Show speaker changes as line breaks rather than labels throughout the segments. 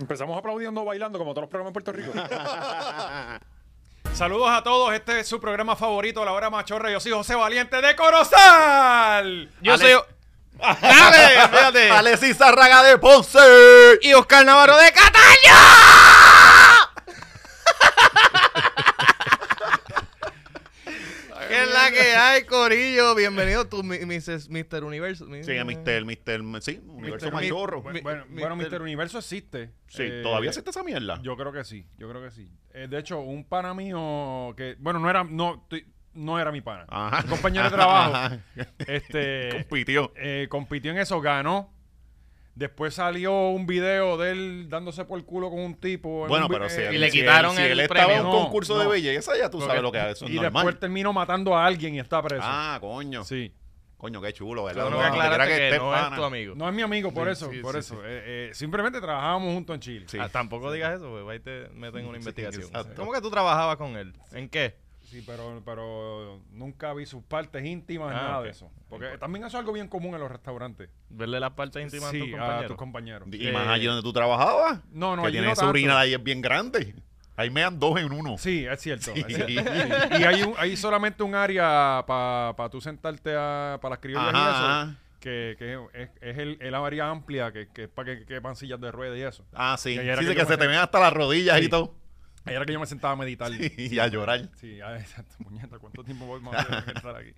Empezamos aplaudiendo, bailando, como todos los programas en Puerto Rico.
Saludos a todos, este es su programa favorito, La Hora Machorra. Yo soy José Valiente de Corozal.
Yo
Ale-
soy. ¡Dale! Fíjate.
Alexis Zárraga de Ponce.
Y Oscar Navarro de Cataluña. ¿Qué es la que hay, Corillo? Bienvenido tú, mi- Mrs. Mr. Universo. mi-
Sí, a Mr. Mr. Sí, Universo
Mr.
Machorro.
Bueno,
Mi-
bueno,
mi-
bueno,
mi-
Mr. Universo existe.
Sí,
Eh,
todavía existe esa mierda.
Yo creo que sí, yo creo que sí. Eh, de hecho, un pana mío que, bueno, no era, no, estoy- no era mi pana.
Ajá.
Un compañero de trabajo.
Ajá.
este,
Compitió.
eh, compitió en eso, ganó. Después salió un video de él dándose por el culo con un tipo. en
Bueno,
un vi-
pero si,
eh,
él-
Y le
si él-
quitaron
si
el
él estaba en un
premio. No,
concurso de
no.
belleza, ya tú sabes lo que eso es
y
normal.
después terminó matando a alguien y está preso.
Ah, coño.
Sí.
Coño, qué chulo, ¿verdad?
Claro
No,
que
donde quiera
aclaraste que,
estés,
no es
pana.
tu amigo.
No es mi amigo, por
Sí,
eso.
sí,
por
sí,
eso.
sí.
Eh, eh, simplemente trabajábamos juntos en Chile.
Sí.
Ah, tampoco digas eso, porque ahí te meten en una
Sí,
investigación.
exacto.
¿Cómo que tú trabajabas con él? ¿En qué?
Sí, pero, pero nunca vi sus partes íntimas,
Ah,
nada
ok.
de eso. Porque también eso es algo bien común en los restaurantes.
Verle las partes íntimas a tus
sí, a
compañeros.
tus compañeros.
Y
Eh,
más allí donde tú trabajabas.
No, no,
que
allí
tiene
no
esa
tanto.
urina ahí es bien grande. Ahí me dan dos en uno.
Sí, es cierto. es
Sí.
cierto. Y hay, un- hay solamente un área para tú sentarte a, para las criollas y eso,
Ajá, ajá.
Que, que es, es el, el área amplia, que, que es para que quepan sillas de ruedas y eso.
Ah, sí.
Y ahí era
Sí,
que yo
sí, que
me-
se te ven hasta las rodillas
Sí.
y todo.
Ahí era que yo me sentaba a meditar.
Y a llorar.
Sí, ah, exacto, muñeca, ¿cuánto tiempo voy más a estar aquí?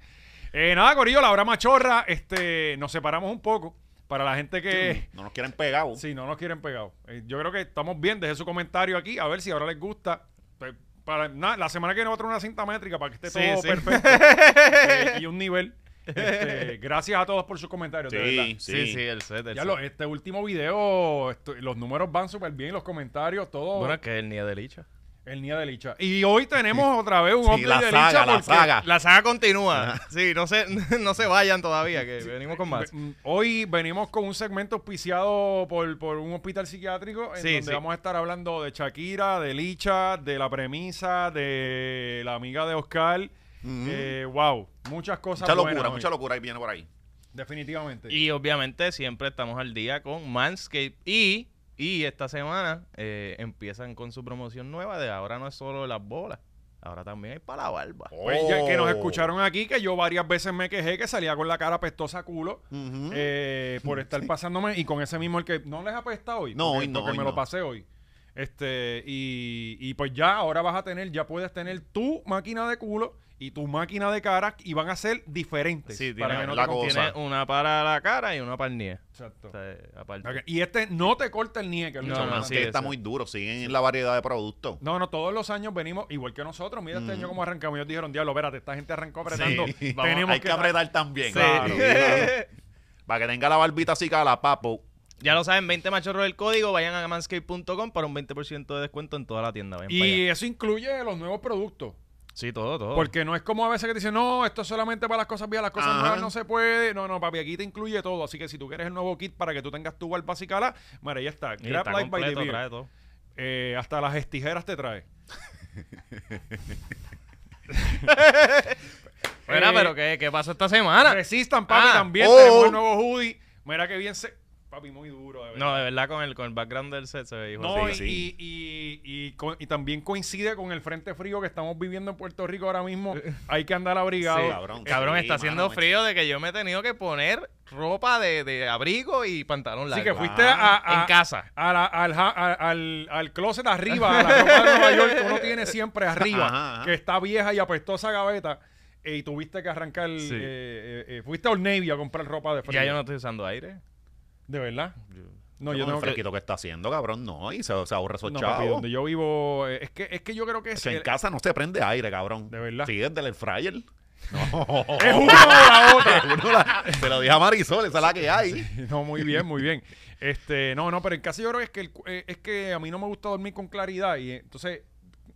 Eh, nada, Corillo, la hora machorra, este, nos separamos un poco. Para la gente que
No nos quieren pegados.
si no nos quieren pegados. Eh, yo creo que estamos bien, deje su comentario aquí, a ver si ahora les gusta. Pe- Para, nada, la semana que viene va a traer una cinta métrica para que esté
Sí,
todo
sí.
perfecto eh, y un nivel. Este, gracias a todos por sus comentarios, de verdad.
Sí,
Sí,
sí.
sí, el set. El
Ya
set.
lo, este último video, esto- los números van súper bien, los comentarios, todo.
Bueno, es que él ni es de licha.
el día de Licha. Y hoy tenemos otra vez un
Sí,
update
la
de
saga,
Licha
la
porque-
saga.
La saga continúa. Sí, no se, no se vayan todavía, que venimos con más.
Ve- mm, Hoy venimos con un segmento auspiciado por, por un hospital psiquiátrico en
Sí,
donde
sí.
vamos a estar hablando de Shakira, de Licha, de la premisa, de la amiga de Oscar. Eh, wow, muchas cosas.
Mm. Mucha
buenas
locura,
hoy.
mucha locura ahí viene por ahí.
Definitivamente.
Y obviamente siempre estamos al día con Manscaped. Y, y esta semana eh, empiezan con su promoción nueva de ahora no es solo las bolas, ahora también hay para la barba.
Pues ya que nos
Oh.
escucharon aquí, que yo varias veces me quejé que salía con la cara apestosa a culo
Ujú.
eh, por estar pasándome y con ese mismo el que no les apesta hoy.
No,
porque,
hoy no,
porque
hoy
me
no.
lo pasé hoy. Este, y, y pues ya, ahora vas a tener, ya puedes tener tu máquina de culo y tu máquina de cara y van a ser diferentes.
Sí,
para
tiene-
que no
la
te confundas.
Tiene una para la cara y una para el nie.
Exacto.
O sea, eh, aparte.
Ok, Y este no te corta el nieque.
No,
Son
no,
más
sí,
que está
eso.
muy duro, siguen en la variedad de productos.
No, no, todos los años venimos, igual que nosotros. Mira este año cómo arrancamos. Ellos dijeron, diablo, espérate, esta gente arrancó apretando.
Sí.
Vamos, Tenemos
Hay que apretar también.
Sí.
Claro, claro. Para que tenga la barbita así cala, papo.
Ya lo saben, 20 machorros del código, vayan a manscaped.com para un 20% de descuento en toda la tienda. Vayan para allá.
Y eso incluye los nuevos productos.
Sí, todo, todo.
Porque no es como a veces que te dicen, no, esto es solamente para las cosas viejas, las cosas
Ajá.
nuevas no se puede. No, no, papi, aquí te incluye todo. Así que si tú quieres el nuevo kit para que tú tengas tu barba y cala, mira, ya está.
Y
Grab
está
Life by the
completo,
Beer.
trae todo.
Eh, hasta las estijeras te trae.
Mira,
Eh,
pero ¿qué, qué pasó esta semana?
Resistan, papi,
Ah.
también.
Oh.
Tenemos un nuevo hoodie. Mira que bien se... Papi, muy duro, de verdad.
No, de verdad, con el, con el background del set se ve hijo
No,
de-
y,
Sí, sí.
Y, y- y co- y también coincide con el frente frío que estamos viviendo en Puerto Rico ahora mismo. Hay que andar abrigado.
Sí,
cabrón.
Cabrón,
Sí,
está haciendo
mano, me-
frío de que yo me he tenido que poner ropa de, de abrigo y pantalón
Así
largo.
que fuiste
Ah,
a- a-
en casa.
a la- al, ja- a- al, al closet arriba, a la ropa de Nueva York que uno tiene siempre arriba,
Ajá, ajá.
que está vieja y apestosa gaveta, eh, y tuviste que arrancar,
Sí.
eh, eh, eh, fuiste a Old Navy a comprar ropa de frío.
Ya yo no estoy usando aire.
¿De verdad? No,
Con
yo
el
tengo que...
fresquito que está haciendo, cabrón, no. Y se, se ahorra esos
No, papi,
chavos.
donde yo vivo, eh, es que, es que yo creo que
O
es,
sea, en
el-
casa no se prende aire, cabrón.
De verdad.
Sí, desde el fryer. Oh.
es uno o la otra.
Uno la- se lo dije a Marisol, esa es la que hay.
No, muy bien, muy bien. Este, no, no, pero en casa yo creo que es que, el cu- eh, es que a mí no me gusta dormir con claridad y eh, entonces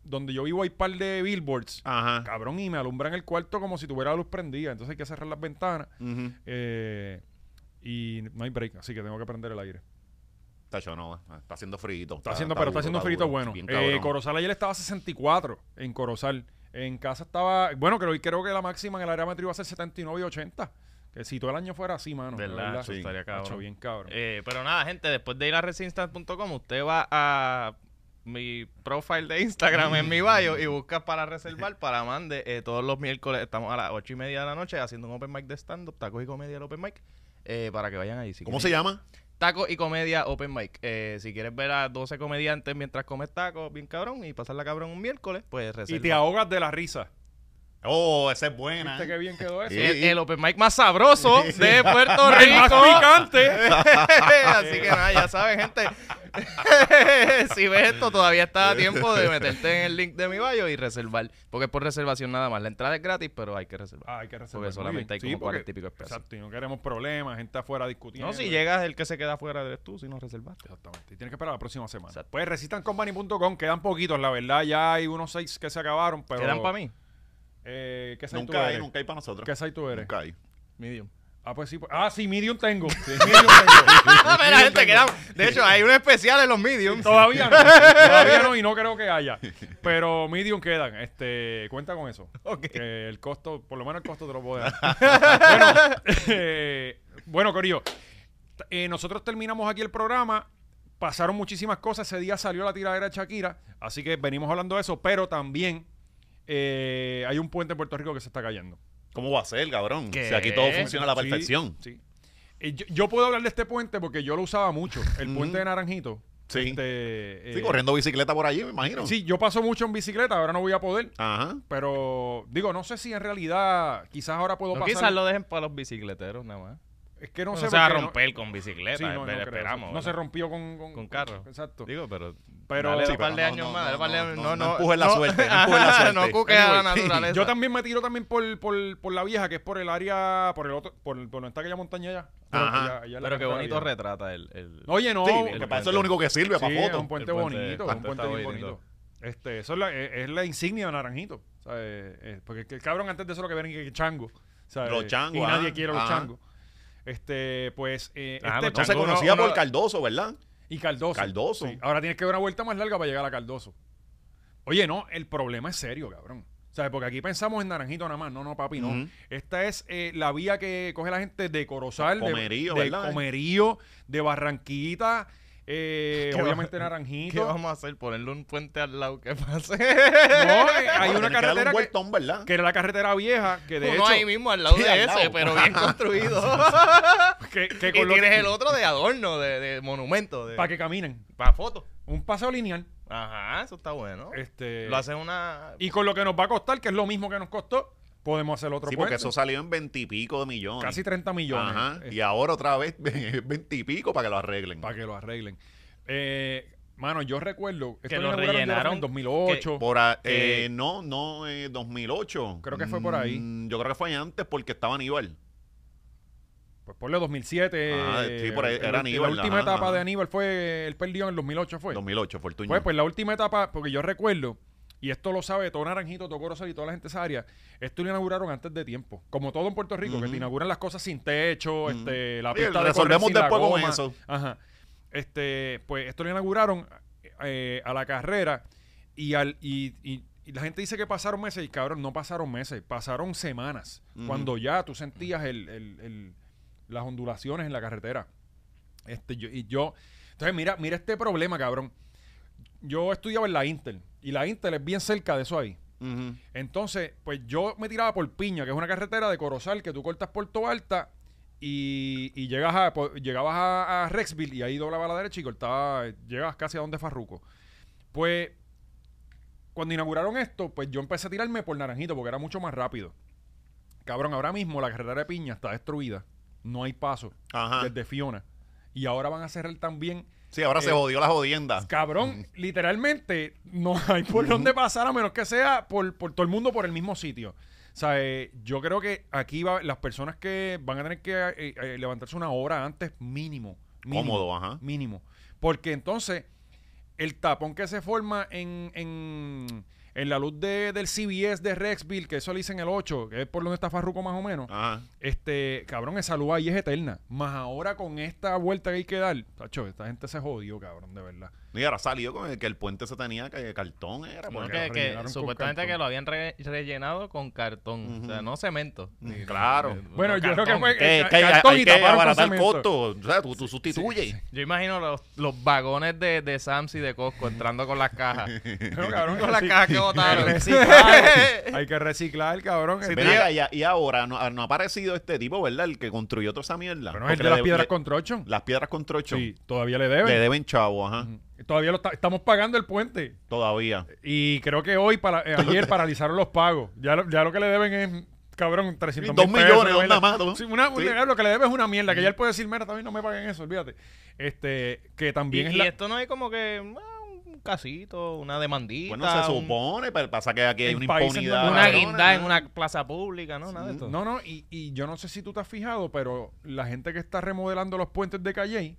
donde yo vivo hay par de billboards,
Ajá.
cabrón, y me alumbran el cuarto como si tuviera la luz prendida, entonces hay que cerrar las ventanas
Ujú.
eh, y no hay break, así que tengo que prender el aire.
Tacho, no, está haciendo frito.
Está haciendo, pero está haciendo un frito bueno. Eh, Corozal ayer estaba a 64 en Corozal. En casa estaba, bueno, creo, creo que la máxima en el área metro iba a ser 79 y 80. que Que si todo el año fuera así, mano. de
¿Verdad?
verdad.
Eso estaría cabrón.
Hacho, bien cabrón.
Eh, pero nada, gente, después de ir a resinstant.com, usted va a mi profile de Instagram en mi bio y busca para reservar para Mande. Eh, todos los miércoles estamos a las ocho y media de la noche haciendo un open mic de stand-up, tacos y comedia el open mic, eh, para que vayan ahí. si
¿Cómo se
quieren.
llama?
Tacos y comedia open mic. Eh, si quieres ver a 12 comediantes mientras comes tacos, bien cabrón, y pasarla cabrón un miércoles, pues
y te
reserva.
ahogas de la risa.
Oh, esa es buena.
¿Viste qué bien quedó eso?
Sí.
el, el open mic más sabroso de Puerto
El más
Rico.
picante.
Así que nada, ya saben, gente. si ves esto, todavía está a tiempo de meterte en el link de mi bio y reservar. Porque es por reservación nada más. La entrada es gratis, pero hay que reservar.
Ah, hay que reservar.
Porque
muy
solamente
bien.
hay como 40 y pico de pesos.
Exacto, y no queremos problemas, gente afuera discutiendo.
no, si llegas, el que se queda fuera eres tú, si no reservaste.
Exactamente. Y tienes que esperar la próxima semana.
Exacto.
Pues resistancompany.com, quedan poquitos, la verdad. Ya hay unos seis que se acabaron, pero.
¿Quedan para mí?
Eh, ¿Qué site tú
Nunca hay,
eres?
nunca hay para nosotros.
¿Qué site tú eres?
Nunca hay.
Medium.
Ah, pues sí. pues- Ah, sí, Medium tengo. Sí, Medium tengo.
Ah, mira, gente, quedan. De hecho, hay un especial en los mediums.
Todavía no. Todavía no y no creo que haya. Pero Medium quedan. Este, cuenta con eso. Que Eh, el costo, por lo menos el costo te lo puedo dar. bueno, eh, bueno, Corillo. t- eh, nosotros terminamos aquí el programa. Pasaron muchísimas cosas. Ese día salió la tiradera de Shakira. Así que venimos hablando de eso. Pero también eh, hay un puente en Puerto Rico que se está cayendo.
¿Cómo va a ser, cabrón?
¿Qué?
Si aquí todo funciona a la
Sí,
perfección.
Sí. Eh, yo, yo puedo hablar de este puente porque yo lo usaba mucho. El puente de Naranjito.
Sí.
Este,
Sí,
eh,
corriendo bicicleta por allí, me imagino.
Sí, yo paso mucho en bicicleta, ahora no voy a poder.
Ajá.
Pero digo, no sé si en realidad quizás ahora puedo
No,
pasar.
quizás lo dejen para los bicicleteros nada más.
Es que no,
No,
sé
se va a
porque no-
romper con
Sí,
bicicleta.
no, no
esper-
creo.
esperamos.
No se
¿verdad?
rompió con, con,
Con carro.
Exacto.
Digo, pero.
Pero-
dale
Sí,
un par
pero
de
no,
años
no,
más. dale un par de
no,
años-
no,
No,
no
no.
empujes la
no.
suerte, no empujes la
Ajá,
suerte.
No cuques a la
Anyway,
naturaleza.
Yo también me tiro también por, por, por la vieja, que es por el área, por el otro, por, el- por donde está aquella montaña allá.
Ajá.
Allá- allá en la
Pero qué
carretera
bonito
vieja.
retrata el. el-
Oye, no.
Sí,
porque
que
el
para eso
puente.
es lo único que sirve,
sí,
para
es
fotos.
un puente
El puente-
bonito, es un
exacto,
puente
está
bien
bonito.
bonito. Este, eso es la, es, es la insignia de Naranjito. ¿sabes? Eh, porque el cabrón antes de eso lo que ven es que chango. ¿sabes?
Los changos,
Y nadie
ajá,
quiere los
ajá.
changos. Este, pues. eh,
Ah,
este
los
No se
Chango uno-
conocía por
uno-
Cardoso, ¿verdad?
Y Cardoso.
Cardoso.
Sí, Ahora tienes que dar una vuelta más larga para llegar a Cardoso. Oye, no, el problema es serio, cabrón. ¿Sabes? Porque aquí pensamos en Naranjito nada más. No, no, papi, no.
Ujú.
Esta es eh, la vía que coge la gente de Corozal, de-
Comerío,
de,
¿verdad?
Comerío, de Barranquita, eh,
¿Qué va-
obviamente
¿Qué
Naranjito.
vamos a hacer? Ponerle un puente al lado que pase.
No, eh,
Ah,
hay
Tiene
una
que darle
carretera
un
que,
vueltón, ¿verdad?
que era la carretera vieja, que de
Uno
hecho,
ahí mismo al lado
Sí,
de
al
ese,
lado.
pero bien construido.
que, que
y
con lo-
tienes el otro de adorno, de, de monumento, de
para que caminen.
para fotos.
Un paseo lineal.
Ajá, eso está bueno.
Este,
Lo hace una.
y con lo que nos va a costar, que es lo mismo que nos costó, podemos hacer otro
Sí, porque
puente.
eso salió en veintipico de millones.
Casi 30 millones. Eh.
Ajá. Y ahora otra vez veintipico para que lo arreglen.
para que lo arreglen. Eh, mano, yo recuerdo
Que
esto
lo
inauguraron, yo creo,
rellenaron,
en 2008.
Por a-
Que-
eh, no, no, eh, 2008.
Creo que fue por ahí.
Mm, yo creo que fue antes porque estaba Aníbal.
pues ponle 2007.
Ah,
eh,
sí, por ahí,
el-
era Aníbal,
La última
ajá,
etapa
ajá.
de Aníbal fue el perdió en el 2008 fue.
2008 fue el tuyo.
Pues, pues la última etapa, porque yo recuerdo, y esto lo sabe todo Naranjito, todo Corozal y toda la gente de esa área, esto lo inauguraron antes de tiempo. Como todo en Puerto Rico, que
Ujú.
te inauguran las cosas sin techo,
Ujú.
este, la
Sí,
pista de correr
resolvemos
sin la
después con
goma.
eso.
Ajá. Este, pues esto lo inauguraron eh, a la carrera y, al, y, y- y la gente dice que pasaron meses y cabrón, no pasaron meses, pasaron semanas.
Ujú.
Cuando ya tú sentías el- el- el- las ondulaciones en la carretera. Este, yo, y yo, entonces mira, mira este problema, cabrón. Yo estudiaba en la Intel y la Intel es bien cerca de eso ahí.
Ujú.
Entonces, pues yo me tiraba por Piña, que es una carretera de Corozal que tú cortas Puerto Alta y, y llegas a, po- llegabas a, a Rexville y ahí doblaba a la derecha y cortaba, llegas casi a donde Farruco. Pues cuando inauguraron esto, pues yo empecé a tirarme por Naranjito porque era mucho más rápido. Cabrón, ahora mismo la carretera de Piña está destruida, no hay paso
Ajá.
desde Fiona. Y ahora van a cerrar también.
Sí, ahora se
eh,
jodió la jodienda.
Cabrón, literalmente no hay por dónde pasar a menos que sea por, por todo el mundo por el mismo sitio. O sea, eh, yo creo que aquí va, las personas que van a tener que eh, eh, levantarse una hora antes mínimo, mínimo.
Cómodo, ¿ah? ajá.
Mínimo. Porque entonces el tapón que se forma en, en, en la luz de- del CBS de Rexville, que eso le dicen el 8, que es por donde está Farruco más o menos.
Ajá.
Este, cabrón, esa luz ahí es eterna. Más ahora con esta vuelta que hay que dar. Tacho, esta gente se jodió, cabrón, de verdad.
Y ahora salió con el que el puente se tenía que cartón era. pues.
Bueno,
lo
porque-
que, que
rellenaron con
supuestamente
cartón.
que lo habían re- rellenado con cartón, o sea,
Ujú.
no cemento.
Mm, claro.
Bueno,
No,
yo creo que
cartón.
fue
Que, que
ca-
hay-
cartón
hay
y
que
taparon con
abaratar
cemento.
costo. O sea, tú, tú sustituyes.
Yo imagino los, los vagones de, de Sams y de Costco entrando con las cajas.
No, cabrón,
con las
sí.
cajas que botaron.
Hay que reciclar, cabrón.
Ven
Este-
acá, y, a- y ahora no, ha- no ha aparecido este tipo, ¿verdad? El que construyó toda esa mierda.
Pero no es el
Porque
de las
le-
piedras
le-
con trocho.
Las piedras con trocho.
Sí, todavía le
Le
deben.
deben chavo, ajá.
Todavía lo está- estamos pagando el puente.
Todavía.
Y creo que hoy, para, eh, ayer, paralizaron los pagos. Ya lo, ya lo que le deben es, cabrón, 300
Dos
mil
millones,
pesos,
una
¿verdad?
más, dos.
Sí, una- un-
Sí.
Lo que le debe es una mierda, que ya él puede decir, mira, también no me paguen eso, olvídate. Este, que
Y,
también es
y
la...
esto no hay como que ah, un casito, una demandita.
Bueno, se
un-
supone, pero pasa que aquí hay
en
una
países
impunidad.
donde
una
cabrón,
guinda en una plaza pública, ¿no? Nada de esto.
No, no, y, y yo no sé si tú te has fijado, pero la gente que está remodelando los puentes de Calle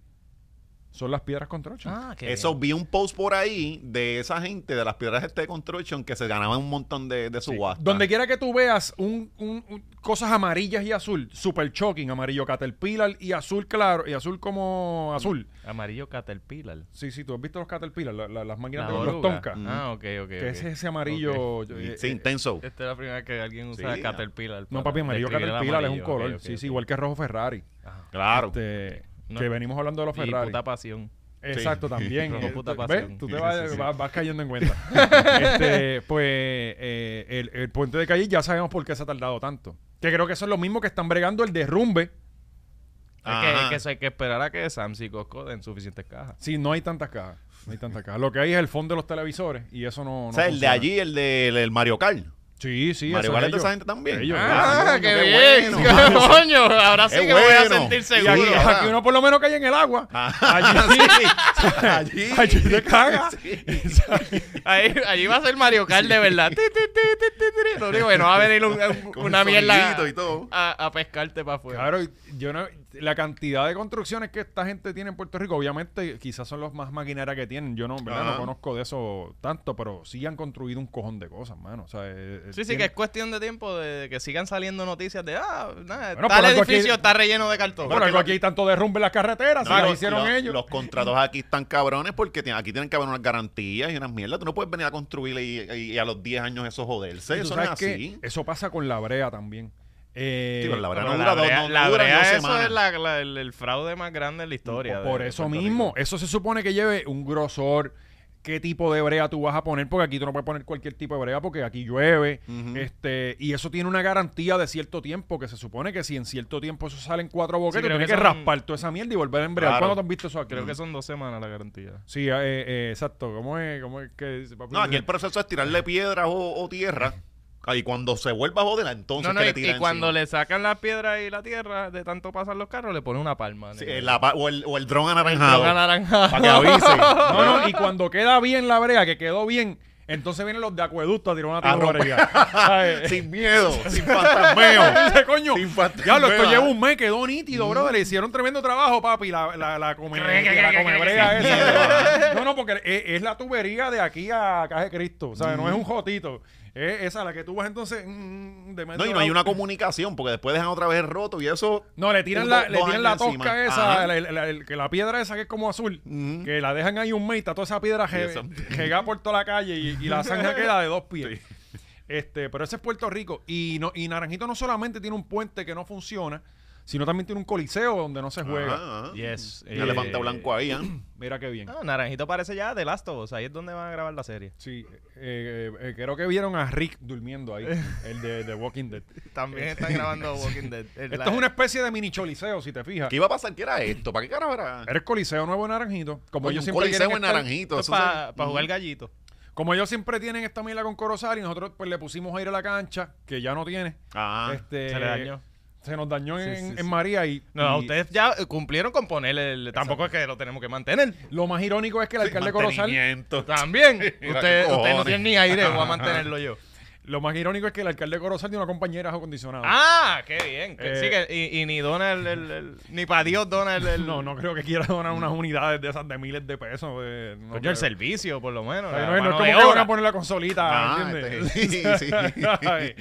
son las piedras con trocha.
Ah, qué
Eso
bien.
vi un post por ahí de esa gente de las piedras este de construction que se ganaban un montón de, de subastas.
Donde quiera que tú veas un, un- un- cosas amarillas y azul, super shocking, amarillo caterpillar y azul claro, y azul como azul.
Amarillo Caterpillar.
Sí, sí, tú has visto los caterpillar, la- la- las máquinas
La
de los
oruga.
Tonka.
Ah, ok, ok.
Que
ok.
es ese amarillo.
Sí,
eh,
sí,
eh,
intenso.
Esta es la primera vez que alguien usa
Sí,
Caterpillar.
no,
para
papi, amarillo
describir el
caterpillar es un
amarillo.
color.
Ok, ok,
sí, sí,
ok.
igual que rojo Ferrari.
Ajá.
Claro.
Este,
No.
Que venimos hablando de los
Y
Ferrari.
puta pasión.
Exacto, también.
Rojo
Eh,
puta
¿ves?
pasión.
Tú te
Sí,
vas,
sí, sí.
vas- vas cayendo en cuenta. Este, pues eh, el, el puente de calle ya sabemos por qué se ha tardado tanto. Que creo que eso es lo mismo que están bregando el derrumbe
Es que,
Ajá.
es que eso hay que esperar a que Sam's y Costco den suficientes cajas.
si no hay tantas cajas. No hay tantas cajas. Lo que hay es el fondo de los televisores y eso no. no
o sea, el de
funciona.
allí, el del el Mario Kart.
Sí, sí. eso
Mario Kart es de
ellos.
esa gente también.
Ellos,
Ah,
ellos.
qué bien.
coño! Ahora
sí Qué que me voy a bueno. sentir
Y
seguro.
aquí,
Seguro, ¿verdad?
aquí uno por lo menos cae en el agua.
Allí sí. allí.
Allí te caga.
Ahí, ahí va a ser Mario Kart de verdad. Ti, ti, ti, ti, ti, ti. Lo único que no va a venir un- un-
Con
una
un
mierda
sonidito y todo.
a, a pescarte para afuera.
Claro, yo no, la cantidad de construcciones que esta gente tiene en Puerto Rico, obviamente quizás son los más maquinaria que tienen. Yo no, ¿verdad? no
Ajá.
conozco de eso tanto, pero sí han construido un cojón de cosas, mano. O sea, eh, eh,
Sí, sí,
tienen-
que es cuestión de tiempo de que sigan saliendo noticias de, ah, nada,
Bueno, por
tal
algo
edificio
aquí-
está relleno de cartón.
Por algo aquí hay tanto derrumbe en las carreteras,
No,
si las
los-
Ah, hicieron
los-
ellos.
Los contratos aquí están cabrones porque tiene- aquí tienen que haber unas garantías y unas mierdas. Tú no puedes venir a construir y, y- y a los 10 años eso
Y
joderse.
tú
Eso no es
sabes que
así.
eso pasa con la brea también. Eh,
Sí, pero la verdad
Pero
no
la
dura dos-
brea,
no
la
dura
brea,
dos
eso
semanas.
es la- la- el, el fraude más grande en la historia.
Por,
de-
por
de
eso
Puerto
mismo,
Rico.
eso se supone que lleve un grosor. ¿Qué tipo de brea tú vas a poner? Porque aquí tú no puedes poner cualquier tipo de brea porque aquí llueve.
Ujú.
este Y eso tiene una garantía de cierto tiempo, que se supone que si en cierto tiempo eso salen cuatro boquetes,
creo
tienes
que
que,
son-
raspar toda esa mierda y volver a embrear.
Claro.
¿Cuándo te has visto eso aquí?
Mm.
Creo que son dos semanas la garantía.
Sí, eh, eh, exacto. ¿Cómo es, ¿Cómo es que dice, papi?
No, aquí el proceso es tirarle piedras o, o tierra. Y cuando se vuelva a joder, entonces
No, no,
que
y,
le tiran
y cuando
encima.
le sacan la piedra y la tierra, de tanto pasar los carros, le ponen una palma.
Sí,
nene.
eh, la pa- o, el, o el dron
Lo
anaranjado.
anaranjado.
Para que avise.
No, no, y cuando queda bien la brea, que quedó bien, entonces vienen los de acueducto a tirar una
A romper.
tijería. ¿Sabes?
sin miedo, sin fantasmeo.
Dice, coño,
Sin Mm. fantasmeo.
ya lo esto lleva un mes, quedó nítido, bro. Le hicieron tremendo trabajo, papi, la, la, la, come- la comebrea esa. No, no, porque es, es la tubería de aquí a Caja de Cristo. O sea, no es
Mm.
un jotito. Es esa la que tú vas entonces mm, de medio
No, y no hay una comunicación porque después dejan otra vez roto y eso.
No, le tiran
un-
la,
dos-
le
dos
tiran la
años
tosca
encima.
esa,
Ajá.
la, la- la- el- que la piedra esa que es como azul,
Ujú.
que la dejan ahí un mes y está toda esa piedra je-
eso.
jegada por toda la calle y, y la zanja queda de dos pies. Este, pero ese es Puerto Rico. Y, no, y Naranjito no solamente tiene un puente que no funciona, sino también tiene un coliseo donde no se juega.
Ajá, ajá.
Yes.
Un
eh,
elefante blanco ahí, ¿eh?
Mira qué bien.
Ah, Naranjito parece ya de Last of Us. Ahí es donde van a grabar la serie.
Sí, eh, eh, creo que vieron a Rick durmiendo ahí, el de, de Walking Dead.
También están grabando Walking Dead. El- la-
Esto es una especie de mini choliseo, si te fijas.
¿Qué iba a pasar? ¿Qué era esto? ¿Para qué carajo era?
Eres coliseo nuevo de Naranjito. Como
Oye,
ellos
un
siempre
coliseo
quieren
en
estar-
naranjito. eso
para
se-
jugar gallito.
Como ellos siempre tienen esta mila con Corozal y nosotros pues le pusimos aire a la cancha, que ya no tiene.
Ajá.
Este,
Ah, Se le dañó.
Se nos dañó en,
sí,
en
sí.
María y...
Eh, No,
y
ustedes ya eh, cumplieron con ponerle. el- tampoco es que lo tenemos que mantener.
Lo más irónico es que el alcalde de Corozal...
Mantenimiento.
También.
Mira, qué
Ustedes ustedes no
cojones.
tienen ni aire, voy a mantenerlo yo.
Lo más irónico es que el alcalde de Corozal tiene una compañera de ajo acondicionado.
Ah, qué bien. Que-
Eh,
sí, que, y, y ni dona el, el- el- Ni para Dios dona el. el-
No, no creo que quiera donar unas unidades de esas de miles de pesos. eh, no
Coño,
creo.
el servicio, por lo menos.
O sea,
la
no, es- no es
mano
como
de
que
obra.
van a poner la consolita,
Ah,
¿entiendes?
este, sí, sí.
Ay,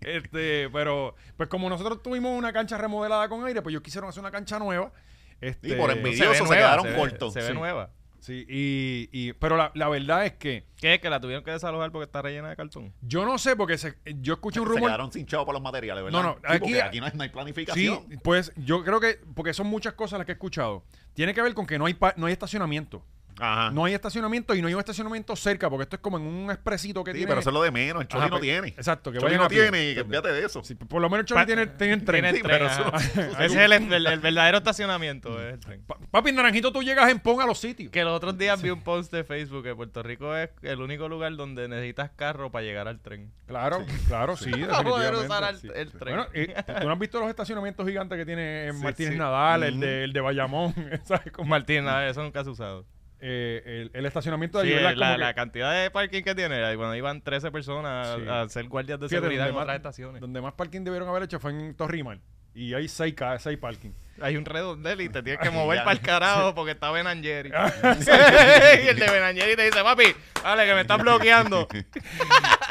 este, pero, pues como nosotros tuvimos una cancha remodelada con aire, pues ellos quisieron hacer una cancha nueva. Este,
por envidia.
ve
Envidiosos, se
nueva,
quedaron
ve-
cortos.
Se ve
Sí.
nueva.
Sí, y, y- pero la, la verdad es que
¿Qué? ¿Que la tuvieron que desalojar porque está rellena de cartón?
yo no sé, porque se- yo escuché un
Se
rumor.
quedaron sin chavo para los materiales, ¿verdad?
No, no,
Sí,
aquí-
porque aquí no hay, no hay
Sí,
planificación.
pues yo creo que, porque son muchas cosas las que he escuchado. Tiene que ver con que no hay, pa- no hay estacionamiento.
Ajá.
No hay estacionamiento y no hay un estacionamiento cerca, porque esto es como en un expresito que
Sí,
tiene.
pero eso es lo de menos. El Choli
Ajá,
no
pues,
tiene.
Exacto, que
Choli
vayan
no
a pie.
tiene, y que olvídate de eso.
Sí, pues, por lo menos el Choli tiene, tiene el tren.
Tiene
Sí,
el tren.
pero
ajá.
eso
Ese es el, el- el verdadero estacionamiento. es el tren.
Pa- Papi, en Naranjito tú llegas en Pon a los sitios.
Que los otros días vi un post de Facebook que Puerto Rico es el único lugar donde necesitas carro para llegar al tren.
Claro, claro, sí.
Para poder
definitivamente,
usar al-
sí.
el tren.
Bueno, eh, tú no has visto los estacionamientos gigantes que tiene eh,
Sí,
Martínez
sí.
Nadal, el,
Ujú.
de, el de Bayamón, ¿sabes? Como,
Martín, nada, eso nunca se ha usado.
eh, el, el estacionamiento de
Sí,
Ayuela
la,
es como
la
que-
cantidad de parking que tiene, ahí, bueno, iban 13 personas a-
Sí.
a, ser guardias de
Fíjate,
seguridad en
donde
otras
más-
estaciones.
Donde más parking debieron haber hecho fue en Torrimal. Y hay seis, ca- seis parking.
Hay un redondel y te tienes que
Ay,
mover
ya.
para el carajo porque está Ben and Jerry. y el de Ben and Jerry te dice, papi, dale que me estás bloqueando.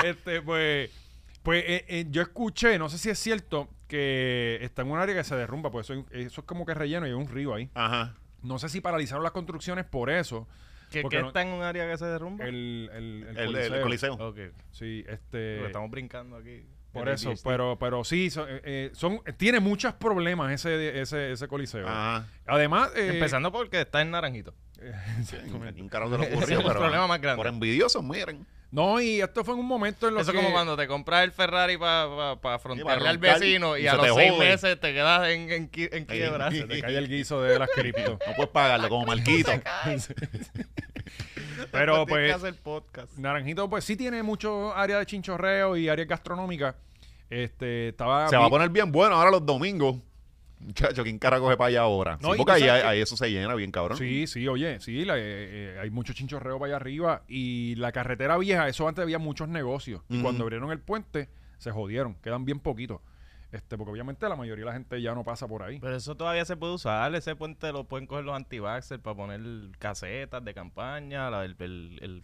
este, pues, pues eh, eh, yo escuché, no sé si es cierto, que está en un área que se derrumba, pues eso, eso es como que relleno y hay un río ahí.
Ajá.
No sé si paralizaron las construcciones por eso.
¿Que,
Porque
que
no-
está en un área que se derrumba?
El, el, el
El, el- el
coliseo.
coliseo.
Ok,
Sí,
Porque
este.
estamos brincando aquí.
Por
El
eso,
ADHD.
pero, pero sí, son, eh, eh, son- tiene muchos problemas ese, ese, ese coliseo.
Ajá.
Además, eh,
Empezando porque está en Naranjito.
Ni un carajo se le
Ese
ocurrió,
es el
pero
problema más grande.
Por envidiosos, miren.
no, y esto fue en un momento en lo
Eso es
que
como cuando te compras el Ferrari para pa, pa afrontarle al
roncar
vecino y,
y
a
se
los
te
seis
jode.
meses te quedas en, en, qui- en quiebra.
se te cae el guiso de las cripto.
No puedes pagarlo como marquito.
Pero
Tienes que
pues,
hacer podcast.
Naranjito, pues sí tiene mucho área de chinchorreo y áreas gastronómicas. Este, estaba.
se va a poner bien bueno ahora los domingos. Muchacho, ¿quién cara coge para allá ahora?
No,
Sí,
y
porque
tú
ahí,
sabes que-
ahí eso se llena bien, cabrón.
Sí, sí, oye, sí, la- eh, eh, hay mucho chinchorreo para allá arriba y la carretera vieja, eso antes había muchos negocios y
Ujú.
cuando abrieron el puente se jodieron, quedan bien poquitos. Este, porque obviamente la mayoría de la gente ya no pasa por ahí.
Pero eso todavía se puede usar. Ese puente lo pueden coger los anti para poner casetas de campaña. la- el, el, el-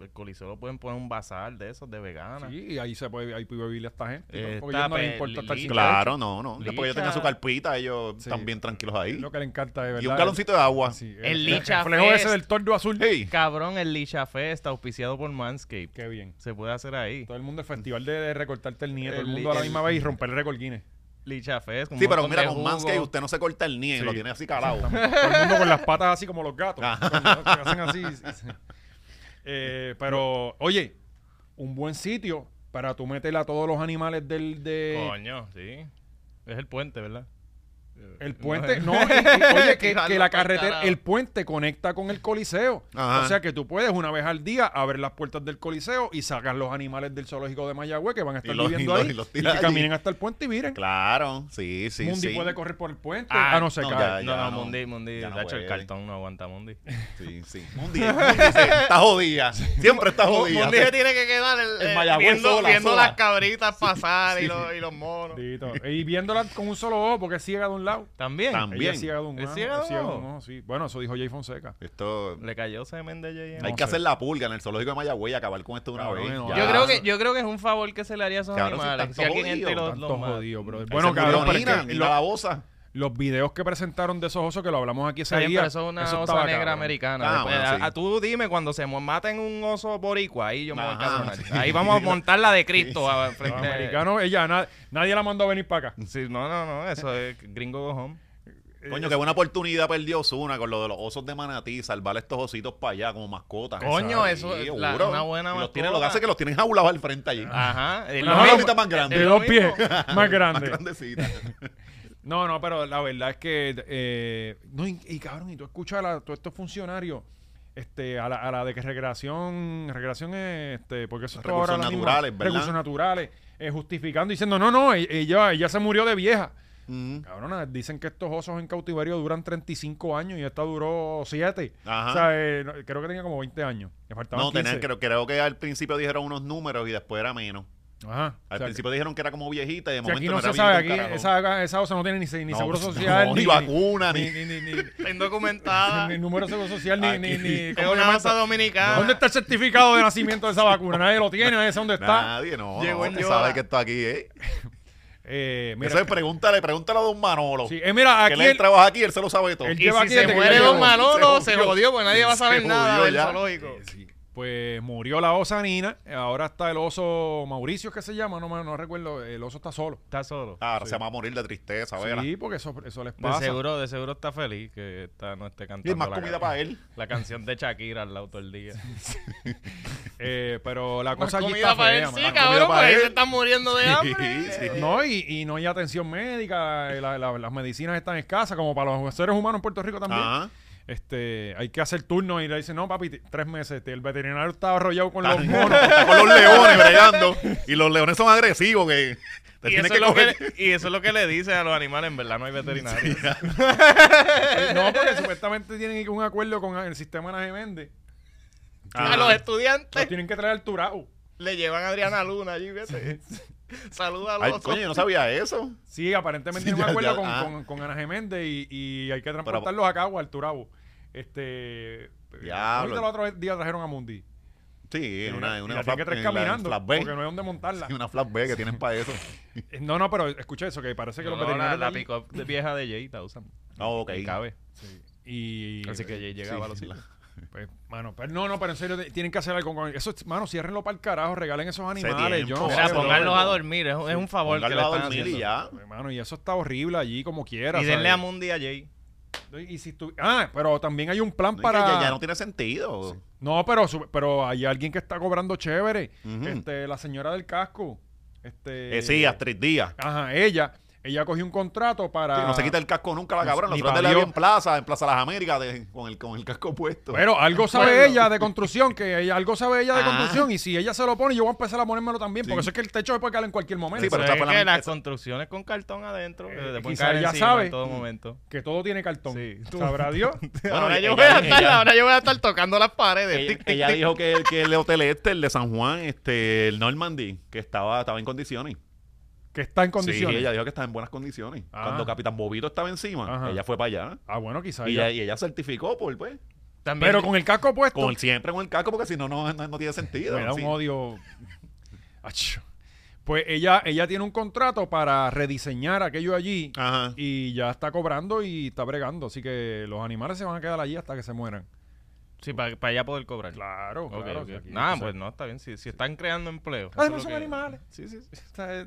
el coliseo lo pueden poner un bazar de esos, de veganas.
Sí, y ahí se puede, ahí puede vivir esta gente. ¿no?
Eh,
Porque ellos no les
está
importa estar sin
Licha.
Claro, no, no.
Licha.
Después ellos tengan su carpita, ellos
Sí.
están bien tranquilos ahí.
Es lo que le encanta de verdad.
Y un galoncito de agua.
Sí,
El Licha
reflejo
Fest.
ese del tordo azul.
Hey.
Cabrón, el Licha Fest auspiciado por Manscaped.
Qué bien.
Se puede hacer ahí.
Todo el mundo, el festival de, de recortarte el nieto,
El
todo el mundo a la
Licha.
misma vez y romper el récord Guinness.
Licha Fest. un
Sí, pero
montón
mira,
de
con
jugo.
Manscaped usted no se corta el nie,
Sí.
lo tiene así calado.
Todo el mundo con las patas así como los gatos.
Ah.
Cuando se hacen así. y se- Eh, pero, oye, un buen sitio para tú meter a todos los animales del... De,
Coño, sí. Es el puente, ¿verdad?
el puente, no, y- y- oye, que, que la carretera, el puente conecta con el coliseo.
Ajá.
O sea que tú puedes una vez al día abrir las puertas del coliseo y sacar los animales del zoológico de Mayagüez que van a estar
Y los-
viviendo
y los-
ahí
y los
y,
tiras
que
allí.
caminen hasta el puente y miren.
claro, sí, sí,
Mundi
sí.
puede correr por el puente.
Ah,
Ah, no se
no,
cae.
ya
No, no,
no.
Mundi, Mundi.
Ya no
de hecho, el
puede.
cartón no aguanta Mundi.
Sí, sí. Mundi, Mundi se- está jodida. Siempre está jodida.
Mundi se tiene que quedar el-
En
eh,
Mayagüez
viendo,
sola,
viendo
sola.
las cabritas pasar y, los, y los monos.
Dito. Y viéndola con un solo ojo porque es ciega de un lado.
También.
Tam-
Ella
Bien.
es ciega de un
¿Es
ojo,
ciega de
es
un
ciega de
ojo?
un ojo, sí. Bueno, eso dijo Jay Fonseca.
Esto...
Le cayó semen de J.M.
Hay
No
que
sé.
hacer la pulga en el zoológico de Mayagüey y acabar con esto de una
Cabrón,
vez.
no.
Ya.
Yo creo, que, yo creo que es un favor que se le haría a esos
Cabrón, si
animales.
tanto
Si alguien
jodido,
entre los,
Tanto
los mata.
jodido, brother.
Ahí
Bueno,
se murió
cabrón, pero es
Nina,
que
Nina
lo-
la babosa.
los videos que presentaron de esos osos que lo hablamos aquí ese
Está bien,
día.
pero eso es una
eso
osa
estaba
negra
cabrón.
americana.
Ah,
Después,
bueno,
a-
sí.
a, tú dime cuando se mo- maten un oso boricua, ahí yo me voy a
Ajá,
encabronar.
sí.
Ahí vamos a montar la de Cristo a-
Los
frente a...
americanos, ella, na- nadie la mandó a venir para acá.
Sí, no, no, no, eso es gringo go home.
Eh,
Coño, qué buena oportunidad perdió Osuna con lo de los osos de manatí, salvar estos ositos para allá como mascotas.
Coño,
Sí,
eso es
seguro.
la- una buena
Y los
mascota.
tiene, Lo que hace es que los tienen jaulados al frente allí.
Ajá. es
Una
lo
jaula
mismo.
más grande.
De
Es lo
dos pies,
mismo.
Ah, más
Más
grande.
grandecita.
No, no, pero la verdad es que. eh, no, y, y cabrón, y tú escuchas a, la- a todos estos funcionarios este, a, la, a la de que recreación. Recreación, eh, este, porque eso es todo ahora
Recursos
la misma-
naturales, ¿verdad?
Recursos naturales, eh, justificando, diciendo, no, no, e- ella, ella se murió de vieja.
Mm.
Cabrona, dicen que estos osos en cautiverio duran 35 años y esta duró 7.
Ajá.
O sea, eh, no- creo que tenía como 20 años. Le faltaban
No, tenían,
15.
creo, creo que al principio dijeron unos números y después era menos.
Ajá.
Al
O sea,
principio dijeron que era como viejita y de
que- que
momento
aquí no
era
se sabe, aquí
viejita un carajo.
esa, esa osa no tiene ni, se- ni
No,
seguro
pues, no,
social,
ni vacuna, ni-
ni, ni, ni-
Indocumentada.
ni número de seguro social, ni, ni,
Aquí.
ni-
Es
¿cómo
Es Ah. una
llaman
masa
esto?
dominicana.
¿Dónde está el certificado de nacimiento de esa vacuna? Nadie lo tiene, nadie sabe dónde está.
Nadie, no.
Llegó
no,
en
se
Yoda.
sabe que está aquí, ¿eh?
Eh, mira,
Eso es pregúntale, pregúntale a Don Manolo.
sí, eh, mira,
que
aquí
él,
el-
trabaja aquí, él se lo sabe todo.
él
Y
lleva
si
aquí
se
desde que
muere
yo
Don
llego.
Manolo,
se
se
jodió.
jodió, porque nadie va a saber
Se
nada
jodió
del
ya.
zoológico.
Pues murió la osa Nina, ahora está el oso Mauricio, que se llama, no, me- no recuerdo, el oso está solo.
Está solo.
Ah, Ahora se va a morir de tristeza, ¿verdad?
Sí, porque eso, eso les
De
pasa.
seguro, de seguro está feliz que está, no esté cantando.
Y más
la
comida
ca-
para él.
La canción de Shakira al lado todo el día.
Eh, pero la cosa allí
comida
está
para él,
fea,
sí,
mano. Eh,
Comida
cabrón,
para
porque ahí
él.
se están muriendo de hambre.
Sí, sí.
No, y, y no hay atención médica, eh, la- la- las medicinas están escasas, como para los seres humanos en Puerto Rico también.
Ajá.
Este, hay que hacer turnos y le dicen, no, papi, t- tres meses. Te- El veterinario está arrollado con
Está-
los monos.
está con los leones bregando. Y los leones son agresivos, que te
Y
tienes
eso,
que
es lo
coger.
que, y eso es lo que le dicen a los animales, en verdad no hay veterinarios.
no, porque supuestamente tienen un acuerdo con el sistema Ana Geméndez.
A
Ah.
los estudiantes
Los tienen que traer al Turao.
le llevan a Adriana Luna allí, vete. Saluda a los
Ay,
osos.
coño, yo no sabía eso.
Sí, aparentemente
Sí,
tienen un acuerdo
ya, ya,
con,
ah.
con, con Ana Geméndez y, y hay que transportarlos a Cagua, al Turao. Este.
Diablo.
Ahorita los otros días trajeron a Mundi.
Sí, en una, en
Y
una
la tienen que traer
en la- en
caminando.
flatbed.
Porque no hay dónde montarla.
Sí, una flatbed que tienen para eso.
No, no, pero escucha eso, que parece que
Yo
los
no, la,
veterinarios. de
la
allí-
pick-up de vieja de Jay la usan.
Ah, ok.
Y cabe.
Y.
Así que Jay llegaba a los
Sí,
sitios.
Pues, mano, pero no, no, pero en serio, te- tienen que hacer algo con eso. es- Mano, ciérrenlo para el carajo, regalen esos animales. Yo no sé,
tiempo,
Mira,
Póngaselo,
pónganlos a
loco.
dormir, es, es un favor que le
Pónganlo a
están
dormir y
haciendo.
ya.
pero, Hermano, Pues, y eso está horrible allí, como quiera.
Y denle
¿sabes?
a Mundi a Jay.
Y si tú- Ah, pero también hay un plan
No, es que
para.
ya, ya no tiene sentido.
No, pero, su- pero hay alguien que está cobrando chévere.
Ujú.
Este, la señora del casco. Este.
Eh, sí, Astrid Díaz.
Ajá, ella. Ella cogió un contrato para.
Sí, no se quita el casco nunca, la
Ni-
cabrona.
ni
Nosotros
pa'
la vi
Dios.
en plaza, en Plaza Las Américas, de- con, el, con el casco puesto.
Pero algo sabe
Bueno.
ella de construcción, que ella, algo sabe ella de
Ah.
construcción, y si ella se lo pone, yo voy a empezar a ponérmelo también,
Sí.
porque eso es que el techo se puede caer en cualquier momento.
Sí, pero
Eso
esa
es
fue la-
que las
esa-
construcciones con cartón adentro, que
Eh,
te pueden
quizá
caer
ella
encima
sabe.
en todo momento.
Que todo tiene cartón.
Sí.
Sabrá Dios.
Bueno,
ahora,
ella-
yo voy a
ella-
estar,
ella-
ahora yo voy a estar tocando las paredes.
ella,
tic, tic,
ella
tic.
dijo que, que el hotel este, el de San Juan, este, el Normandy, que estaba, estaba en condiciones.
Que está en
Sí,
condiciones.
ella dijo que estaba en buenas condiciones.
Ah.
Cuando Capitán Bobito estaba encima,
Ajá.
ella fue para allá.
Ah, bueno, quizás.
Y ella, y ella certificó por, pues,
También-
Pero con el casco puesto.
con el- siempre con el casco, porque si no, no, no- no tiene sentido.
me da
Sí.
un odio. Acho. Pues ella, ella tiene un contrato para rediseñar aquello allí.
Ajá.
Y ya está cobrando y está bregando. Así que los animales se van a quedar allí hasta que se mueran.
Sí, para, allá poder cobrar.
Claro,
Ok,
claro.
ok.
si aquí-
Nah,
o sea,
pues no, está bien. Si, si están creando empleo. eso es
Además
lo
son
que-
animales.
Sí, sí, sí.
Está-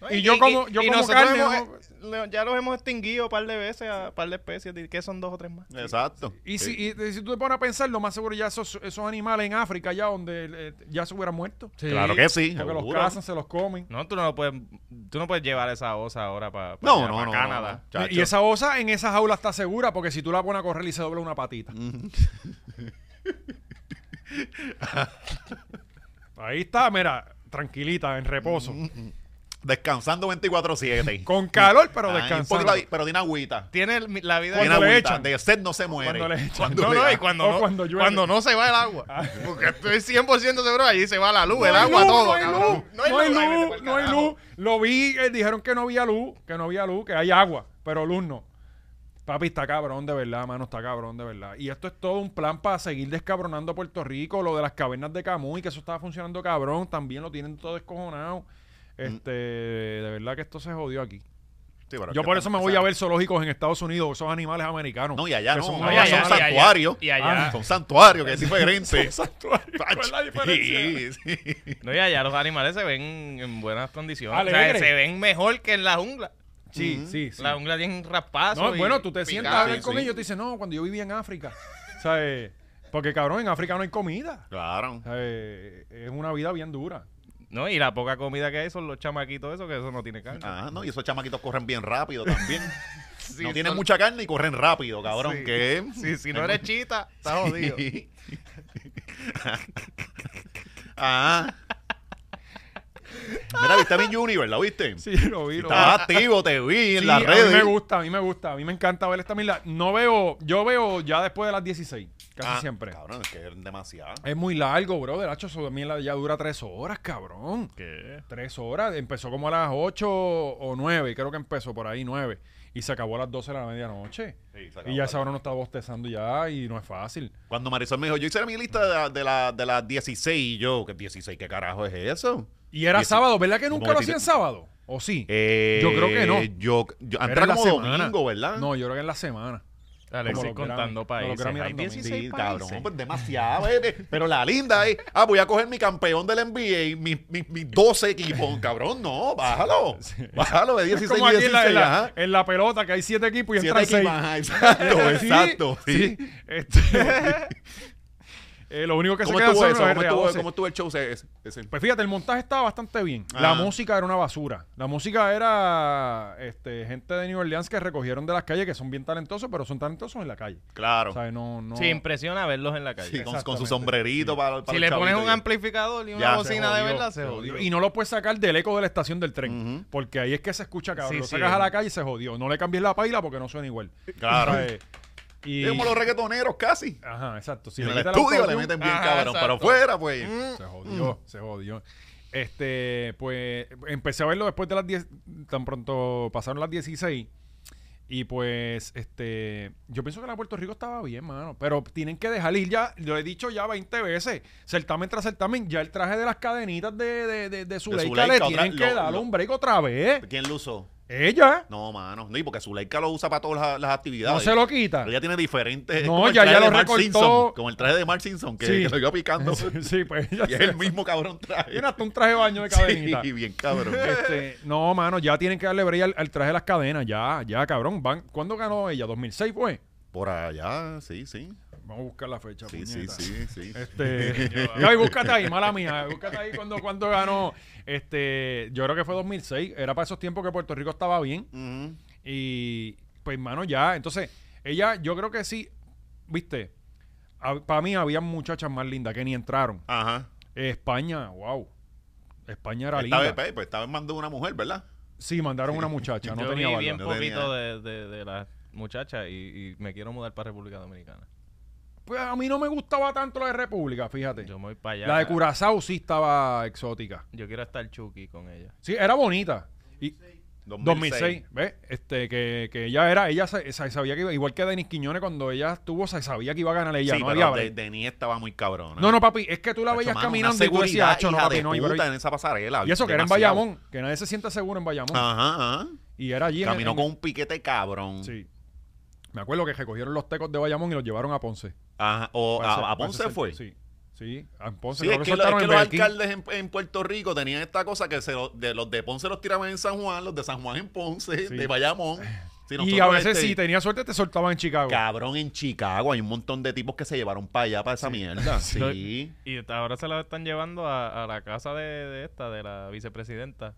No,
Y yo como- yo como
nosotros
carne,
hemos- eh, le- ya los hemos extinguido un par de veces a un par de especies. ¿Qué son dos o tres más?
Exacto.
Y
Sí.
si, y si tú te pones a pensar, lo más seguro ya esos, esos animales en África, ya donde eh, ya se hubieran muerto.
Claro que sí.
Porque los
seguro.
cazan, se los comen.
No, tú no, lo puedes, tú no puedes llevar esa osa ahora para
No, no, no.
Canadá.
no, chacho.
Y esa osa en esa jaula está segura porque si tú la pones a correr y se dobla una patita. Ahí está, mira, tranquilita, en reposo.
Descansando 24-7.
Con calor, pero
Ay,
descansando.
porque la- pero tiene agüita.
Tiene el- la vida...
Tiene
Cuando le
agüita.
echan.
De sed no se muere.
Cuando le echan.
Cuando
No,
le-
no, y cuando,
O
no,
cuando
cuando,
llueve.
no se va el agua. Porque estoy 100% seguro, allí se va la luz, el
hay
agua,
luz,
todo.
No hay
cabrón.
luz, no hay
ay, vete
luz,
pa'l
no hay
carajo.
luz. Lo vi, eh, dijeron que no había luz, que no había luz, que hay agua, pero luz no. Papi, está cabrón de verdad, mano, está cabrón de verdad. Y esto es todo un plan para seguir descabronando a Puerto Rico, lo de las cavernas de Camuy, que eso estaba funcionando cabrón, también lo tienen todo descojonado.
Mm.
Este, de verdad que esto se jodió aquí.
Sí, pero es
Yo
que
por eso
están-
me voy a ver zoológicos en Estados Unidos, esos animales americanos.
No, y allá
que
no.
son
allá
una
son
basura.
allá.
santuarios.
Y allá.
Ah, Son santuarios, que es diferente.
Santuario, ¿cuál es la diferencia?
Sí, sí.
No, y allá los animales se ven en buenas condiciones. O
Alegre.
sea, se ven mejor que en la jungla.
Sí,
Mm.
sí, sí.
La jungla tiene raspazo.
No,
y
bueno, tú te
picado.
sientas a hablar
sí,
con
sí.
ellos y te dicen, no, cuando yo vivía en África. ¿Sabes? Porque, cabrón, en África no hay comida.
Claro.
¿Sabes? Es una vida bien dura.
No, y la poca comida que hay son los chamaquitos esos, que eso no tiene carne.
Ah, no, y esos chamaquitos corren bien rápido también.
Sí,
no tienen
son-
mucha carne y corren rápido, cabrón.
Sí.
Que
Sí, si no eres chita, estás jodido.
ah. Mira, viste a mi Universe, ¿la viste?
Sí, lo vi.
Estabas activo, te vi en las
A mí me
redes.
gusta, a mí me gusta. A mí me encanta ver esta mierda. No veo, yo veo ya después de las 16, casi
Ah,
siempre.
Cabrón, es que es demasiado.
Es muy largo, bro. De hecho, eso mierda ya dura tres horas, cabrón.
¿Qué?
Tres horas. Empezó como a las 8 o 9, creo que empezó por ahí, 9. Y se acabó a las 12 de la medianoche.
Sí, se
Y ya
acabó.
esa hora no está bostezando ya y no es fácil.
Cuando Marisol me dijo, yo hice mi lista de, la- de, la- de las 16 y yo, ¿qué 16? ¿Qué carajo es eso?
Y era
Dieci-
sábado, ¿verdad que nunca
Como
lo
que
hacían
tiene-
sábado? ¿O sí?
Eh,
Yo creo que no.
Yo, yo- antes
Era
era
en la
como
semana.
domingo, ¿verdad?
No, yo creo que en la semana.
Ah,
Alexis
Como los
contando
Grammy, como los
países.
Grammy
Hay
random.
16
Sí,
países.
cabrón, pues demasiado, bebé. Pero la linda es, ah, voy a coger mi campeón del NBA, mis mi, mis 12 equipos, cabrón, no, bájalo. Bájalo de 16
Como aquí en la,
16,
en la-
ajá.
en la pelota, que hay siete equipos y
Siete
entran seis.
equipos, ajá, exacto,
Sí,
exacto. Sí.
Este, eh, lo único que se
¿Cómo
queda
estuvo
son
eso?
los
¿Cómo estuvo,
RA12.
cómo estuvo el show ese? ese- ese?
Pues fíjate, el montaje estaba bastante bien. La
Ajá.
música era una basura. La música era este, gente de New Orleans que recogieron de las calles, que son bien talentosos, pero son talentosos en la calle.
Claro.
¿Sabes? No, no.
Sí, impresiona verlos en la calle.
Sí, con, con su
Exactamente.
sombrerito para, para
si
el
le
chavito
pones un
y-
amplificador y una
Ya, se
bocina de
jodió,
verdad, se
se
jodió.
jodió. Y no lo puedes sacar del eco de la estación del tren.
Ujú.
Porque ahí es que se escucha, cabrón.
Sí,
lo
sí,
sacas
es.
a la calle y se jodió. No le cambies la paila porque no suena igual.
Claro.
¿Sabes? Y...
Es como los reggaetoneros casi.
Ajá, exacto. Si
en
le
el
quitas el
estudio le
autotune,
meten bien
Ajá,
cabrón, pero
exacto.
fuera, pues.
Se jodió, se jodió. Este, pues empecé a verlo después de las 10, tan pronto pasaron las 16. Y pues, este, yo pienso que la de Puerto Rico estaba bien, mano. Pero tienen que dejar ir ya, lo he dicho ya 20 veces, certamen tras certamen, ya el traje de las cadenitas de, de, de, de Zuleika
Zuleika,
le
otra-
tienen que
lo-
dar
lo-
un break otra vez.
¿Quién lo usó?
Ella
No, mano. No, y porque Zuleika lo usa para todas las, las actividades.
no se lo quita.
Ella tiene diferentes. es
No,
como el
ya-
traje
ya lo
de Mark
recortó.
Simpson, como el traje de Mark Simpson, que,
Sí.
que lo iba picando.
Sí, pues ella
y es el mismo cabrón traje.
Tiene hasta un traje de baño de cadenita.
Sí, bien cabrón.
Este, no, mano, ya tienen que darle break al, al traje de las cadenas. Ya, ya, cabrón. Van, ¿Cuándo ganó ella? ¿2006 fue?
Por allá, sí, sí.
Vamos a buscar la fecha.
Sí, sí,
puñeta.
sí, sí.
Este, Gaby, búscate ahí, mala mía. Búscate ahí cuando, cuando ganó. Este, yo creo que fue 2006. Era para esos tiempos que Puerto Rico estaba bien.
Ujú.
Y pues, mano, ya. Entonces, ella, yo creo que sí, viste. Para mí había muchachas más lindas que ni entraron.
Ajá.
España, wow. España era
Esta
linda.
vez, pues, pues, esta vez mandó una mujer, ¿verdad?
Sí, mandaron una muchacha. No
Yo
tenía
vi
valor.
bien
No tenía.
poquito de, de, de las muchachas y, y me quiero mudar para República Dominicana.
Pues a mí no me gustaba tanto la de República, fíjate.
Yo me voy para allá.
la de Curazao sí estaba exótica.
Yo quiero estar Chucky con ella.
Sí, era bonita. Y 2006, ¿ves? Este, que, que ella era, ella se, se sabía que iba, igual que Denis Quiñones cuando ella estuvo, se sabía que iba a ganar ella,
sí,
no había
pero de,
break.
Denis estaba muy cabrona.
No, no, papi, es que tú la
Tacho,
veías
mano,
caminando
una
y tú
seguridad,
decías, "Acho, no,
hija
papi,
de
no, hay
puta
break".
en esa pasarela.
Y eso que era en
demasiado.
Bayamón, que nadie se siente seguro en Bayamón.
Ajá, ajá.
Y era allí en-
Caminó
en-
con un piquete cabrón.
Sí. Me acuerdo que recogieron los tecos de Bayamón y los llevaron a Ponce.
Ajá. O
Para hacer-
a, a
para
Ponce
hacer-
fue. Sí.
Sí. Sí, a Ponce.
es
creo
que, lo- es
soltaron
que
en
los
Burger King.
alcaldes en, en Puerto Rico tenían esta cosa que se lo- de los de Ponce los tiraban en San Juan, los de San Juan en Ponce,
Sí.
de Bayamón. Sí,
y
nosotros,
a veces
este,
si tenía suerte te soltaban en Chicago.
Cabrón, en Chicago hay un montón de tipos que se llevaron para allá, para esa mierda. Sí.
Y hasta ahora se la están llevando a, a la casa de, de esta, de la vicepresidenta.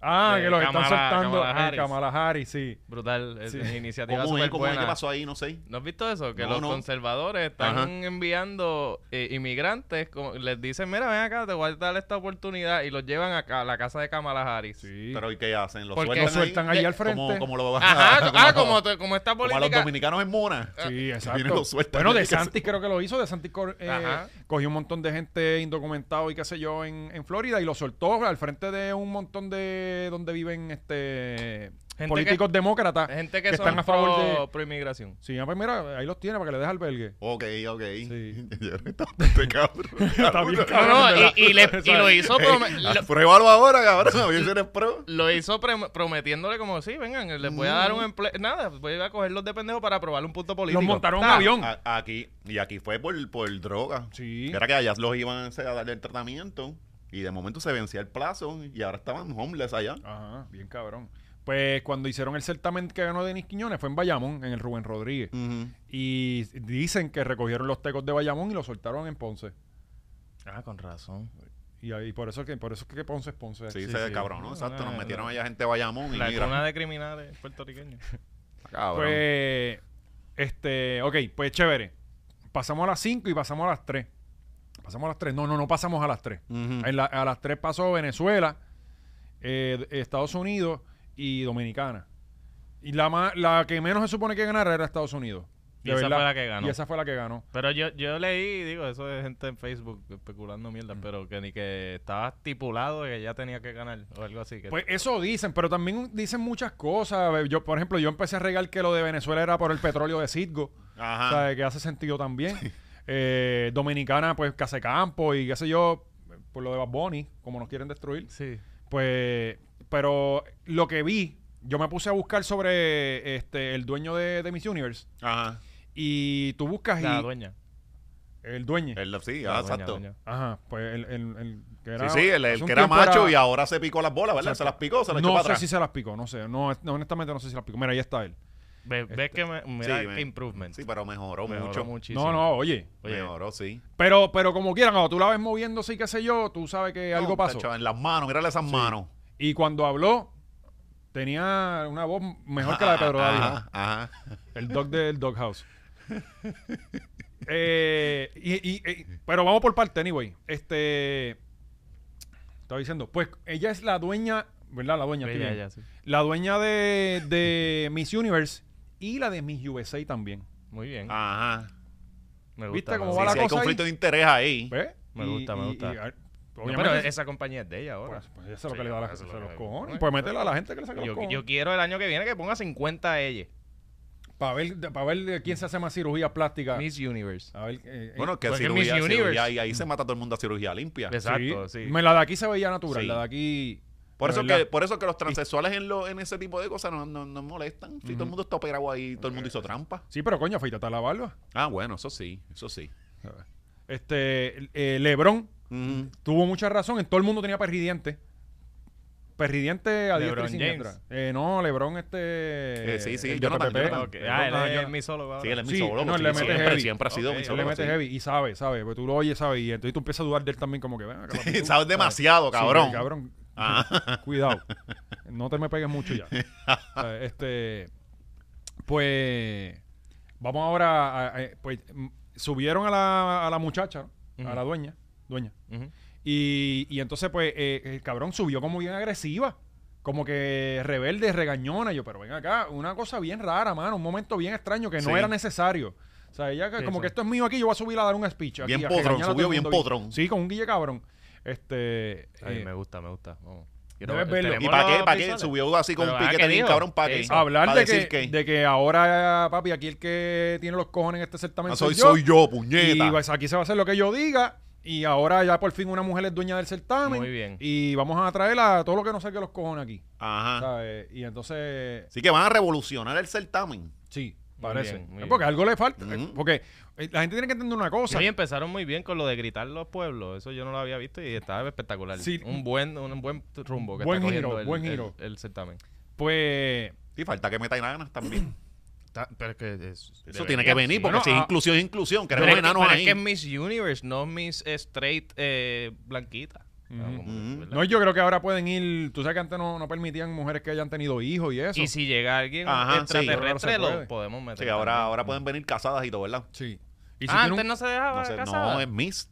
Ah,
de
que los están
Kamala-
soltando
Kamala
en
Harris.
Kamala Harris, sí.
Brutal, es-
Sí.
es iniciativa
¿Cómo es?
súper
¿Cómo es?
buena.
¿Qué pasó ahí? No sé.
¿No has visto eso? Que
No,
los
no.
conservadores están
Ajá.
enviando eh, inmigrantes, como- les dicen, mira, ven acá, te voy a dar esta oportunidad y los llevan a, ca- a la casa de Kamala Harris.
Sí.
Pero ¿y qué hacen? ¿Los
Porque
sueltan,
lo sueltan
ahí?
ahí al
Como,
frente.
como lo
Ajá,
como-
ah, como, te- como esta
como
política...
a los dominicanos en Mona.
Sí,
vienen
exacto.
los sueltan
Bueno,
ahí,
De
que se-
Santis creo que lo hizo. De Santis cor- eh,
Ajá.
cogió un montón de gente indocumentado y qué sé yo en, en Florida y lo soltó al frente de un montón de donde viven este
Gente Eh.
políticos demócratas.
Gente que,
que
son
están a favor
pro,
de-
pro inmigración.
Sí, ah, pues mira, ahí los tiene para que le deje albergue.
Ok, ok.
Sí.
Este cabrón.
Está bien,
No,
cabrón,
no,
en
y,
verdad.
y le- y lo hizo prom-
Ey,
lo,
Pruébalo ahora, cabrón. A ver si eres pro.
lo hizo pre- prometiéndole como, sí, vengan, les voy a dar un empleo. Nada, voy a cogerlos de pendejo para probar un punto político.
Mm. Los montaron en un
Ta.
avión.
A- aquí, y aquí fue por, por droga.
Sí.
Era que allá los iban a darle el tratamiento. Y de momento se vencía el plazo. Y ahora estaban homeless allá.
Ajá, bien cabrón. Pues cuando hicieron el certamen que ganó Denis Quiñones fue en Bayamón, en el Rubén Rodríguez.
Ujú.
Y dicen que recogieron los tecos de Bayamón y los soltaron en Ponce.
Ah, con razón.
Y ahí por eso que por eso es que Ponce es Ponce.
Sí,
Sí,
se
sí.
cabrón, ¿no?
No,
Exacto.
no,
Nos
Eh,
no,
metieron
no.
allá gente de Bayamón. Y
La
mira,
cuna de criminales puertorriqueños.
cabrón.
Pues este, ok, pues chévere. Pasamos a las 5 y pasamos a las 3. Pasamos a las 3. No, no, no pasamos a las 3.
Ujú.
En la- a las 3 pasó Venezuela, eh, Estados Unidos y Dominicana. Y la, ma- la que menos se supone que ganara era Estados Unidos.
Y
De
esa
verdad.
fue la que ganó.
Y esa fue la que ganó.
Pero yo, yo leí, digo, eso de gente en Facebook especulando mierda,
Mm.
pero que ni que estaba estipulado que ya tenía que ganar o algo así. Que
Pues eso dicen, pero también dicen muchas cosas. Yo, por ejemplo, yo empecé a regar que lo de Venezuela era por el petróleo de Citgo,
Ajá.
¿sabes? que hace sentido también. Eh, Dominicana, pues, que hace campo y qué sé yo, por lo de Bad Bunny, como nos quieren destruir.
Sí.
Pues, pero lo que vi, yo me puse a buscar sobre este el dueño de, de Miss Universe
Ajá.
y tú buscas y-
La dueña.
el dueño.
El- sí,
La
ah,
dueña,
exacto.
dueña.
Ajá, pues el, el- el que
Sí,
era,
sí, el, el
hace un
que era
tiempo
macho y ahora se picó las bolas, ¿verdad?
Exacto.
Se las picó, se las echó
No
para
sé
atrás.
si se las picó, no sé. No, es- no, honestamente no sé si se las picó. Mira, ahí está él.
Ve- Ves
Este,
que me, mira
Sí,
qué
me-
improvement.
Sí, pero mejoró,
Mejoró
mucho.
muchísimo.
pues, No, no, oye.
Oye,
Mejoró, sí.
Pero, pero como quieran, cuando tú la ves moviéndose y qué sé yo, tú sabes que algo
No,
pasó.
tacho, En las manos, mírale esas manos.
Y cuando habló, tenía una voz mejor que la de
Ah,
Pedro David.
Ajá, ajá.
El dog del doghouse. Eh, y- y- y- pero vamos por parte, anyway. Este. Estaba diciendo, pues ella es la dueña, ¿verdad? La dueña.
Ve
estoy
ya,
bien.
ya, sí.
La dueña de, de Miss Universe y la de Miss USA también.
Muy bien.
Ajá.
me gusta.
Ah, ¿viste
me
cómo
gusta.
va la
Sí, sí, hay
cosa ahí?
conflicto de interés ahí.
¿Ves?
Me
Y-
gusta, me
y-
gusta.
y, a-
No,
obviamente,
pero
es,
esa compañía es de ella ahora.
pues, pues, eso es lo
Sí,
que le da a la
eso
gente.
es
Se
lo
los
que-
cojones. Pues métele a la gente que le saca los
Yo,
cojones.
yo quiero el año que viene que ponga 50 a ella.
Para ver, pa' ver de quién se hace más cirugía plástica.
Miss Universe.
A ver, eh, eh,
Bueno, que
Porque es
cirugía,
Miss
cirugía,
Universe.
y ahí se mata todo el mundo a cirugía limpia.
Exacto. sí.
Me la de aquí se veía natural,
Sí.
la de aquí.
Por
de
eso,
verdad.
que, por eso que los transexuales en, lo, en ese tipo de cosas no, no, no molestan. Si todo el mundo está operado ahí, todo el mundo hizo trampa.
Sí, pero coño, afeítate la barba.
Ah, bueno, eso sí, eso sí.
Este, eh, Lebron
Ujú.
tuvo mucha razón, en todo el mundo tenía perridiente. Perridiente a diestra y
LeBron
siniestra.
James.
Eh, no, Lebron este...
Eh, sí, sí,
el de
Jonathan,
PPP.
Jonathan.
Ok,
Lebron,
Ah, él
ah,
es
Jonathan.
misólogo ahora.
Sí, él es
Sí,
misólogo.
no,
sí,
le mete heavy.
siempre, siempre ha sido
Ok,
Él
misólogo.
le mete
sí.
heavy y sabe, sabe, porque tú lo oyes, sabe, y entonces tú empiezas a dudar de él también como que... Ven, acá, papi, tú,
Sabes demasiado, cabrón. Ah.
Sí, cabrón.
Ajá.
Cuidado. No te me pegues mucho ya. O sea, este. Pues. Vamos ahora. a- a- eh, pues mm, subieron a la, a la muchacha,
Ujú.
a la dueña. Dueña.
Ujú.
Y, y entonces, pues, eh, el cabrón subió como bien agresiva. Como que rebelde, regañona. Yo, pero ven acá, una cosa bien rara, mano. Un momento bien extraño que no
Sí.
era necesario. O sea, ella que-
Sí,
como
sí.
que esto es mío aquí, yo voy a subir a dar un speech. aquí,
Bien
a
potrón,
regañar a todo
subió
el
bien
mundo.
potrón.
Sí, con un guille cabrón. Este.
Ay,
eh,
me gusta, me gusta. Vamos.
Debes verlo.
¿Y
¿tenemos
para qué?
los
¿Para qué?
visuales?
Subió así con
Pero,
un
ah,
piquete
¿qué
bien
dijo?
cabrón, ¿para
¿Qué
qué?
hizo?
Hablar
¿Para
de que,
decir qué?
de que ahora, papi, aquí el que tiene los cojones en este certamen
Ah, soy,
yo.
soy yo,
Y
puñeta.
pues, aquí se va a hacer lo que yo diga. Y ahora ya por fin una mujer es dueña del certamen.
Muy bien.
Y vamos a traer a todo lo que no saque los cojones aquí.
Ajá.
¿sabes? Y entonces,
Así que van a revolucionar el certamen.
sí,
Muy
parece.
bien, muy
Es porque
bien.
algo le falta.
Ujú.
eh, Porque eh, la gente tiene que entender una cosa.
Sí, empezaron muy bien con lo de gritar los pueblos. Eso yo no lo había visto y estaba espectacular.
Sí.
Un buen un buen rumbo que
Buen
está
giro,
cogiendo el,
buen
el-
giro.
el certamen.
Pues,
Sí, falta que metan enanas también.
Ta- pero es que es-
Eso
debería,
tiene que venir,
sí.
porque
Bueno,
si es
ah,
inclusión, es inclusión.
Pero,
Queremos
es, que,
enanos
pero es
ahí.
que es Miss Universe, no Miss Straight eh, Blanquita.
Ujú.
Ah, como que,
Ujú.
¿verdad?
no, yo creo que ahora pueden ir. Tú sabes que antes no, no permitían mujeres que hayan tenido hijos y eso.
y si llega alguien
Ajá, sí.
extraterrestre,
Ahora se puede.
lo podemos meter.
Sí, ahora,
también.
ahora pueden venir casadas y todo, ¿verdad?
sí. Y si
Ah,
tiene
antes
un-
no se dejaba
No, sé,
casada.
eh,
no es Miss.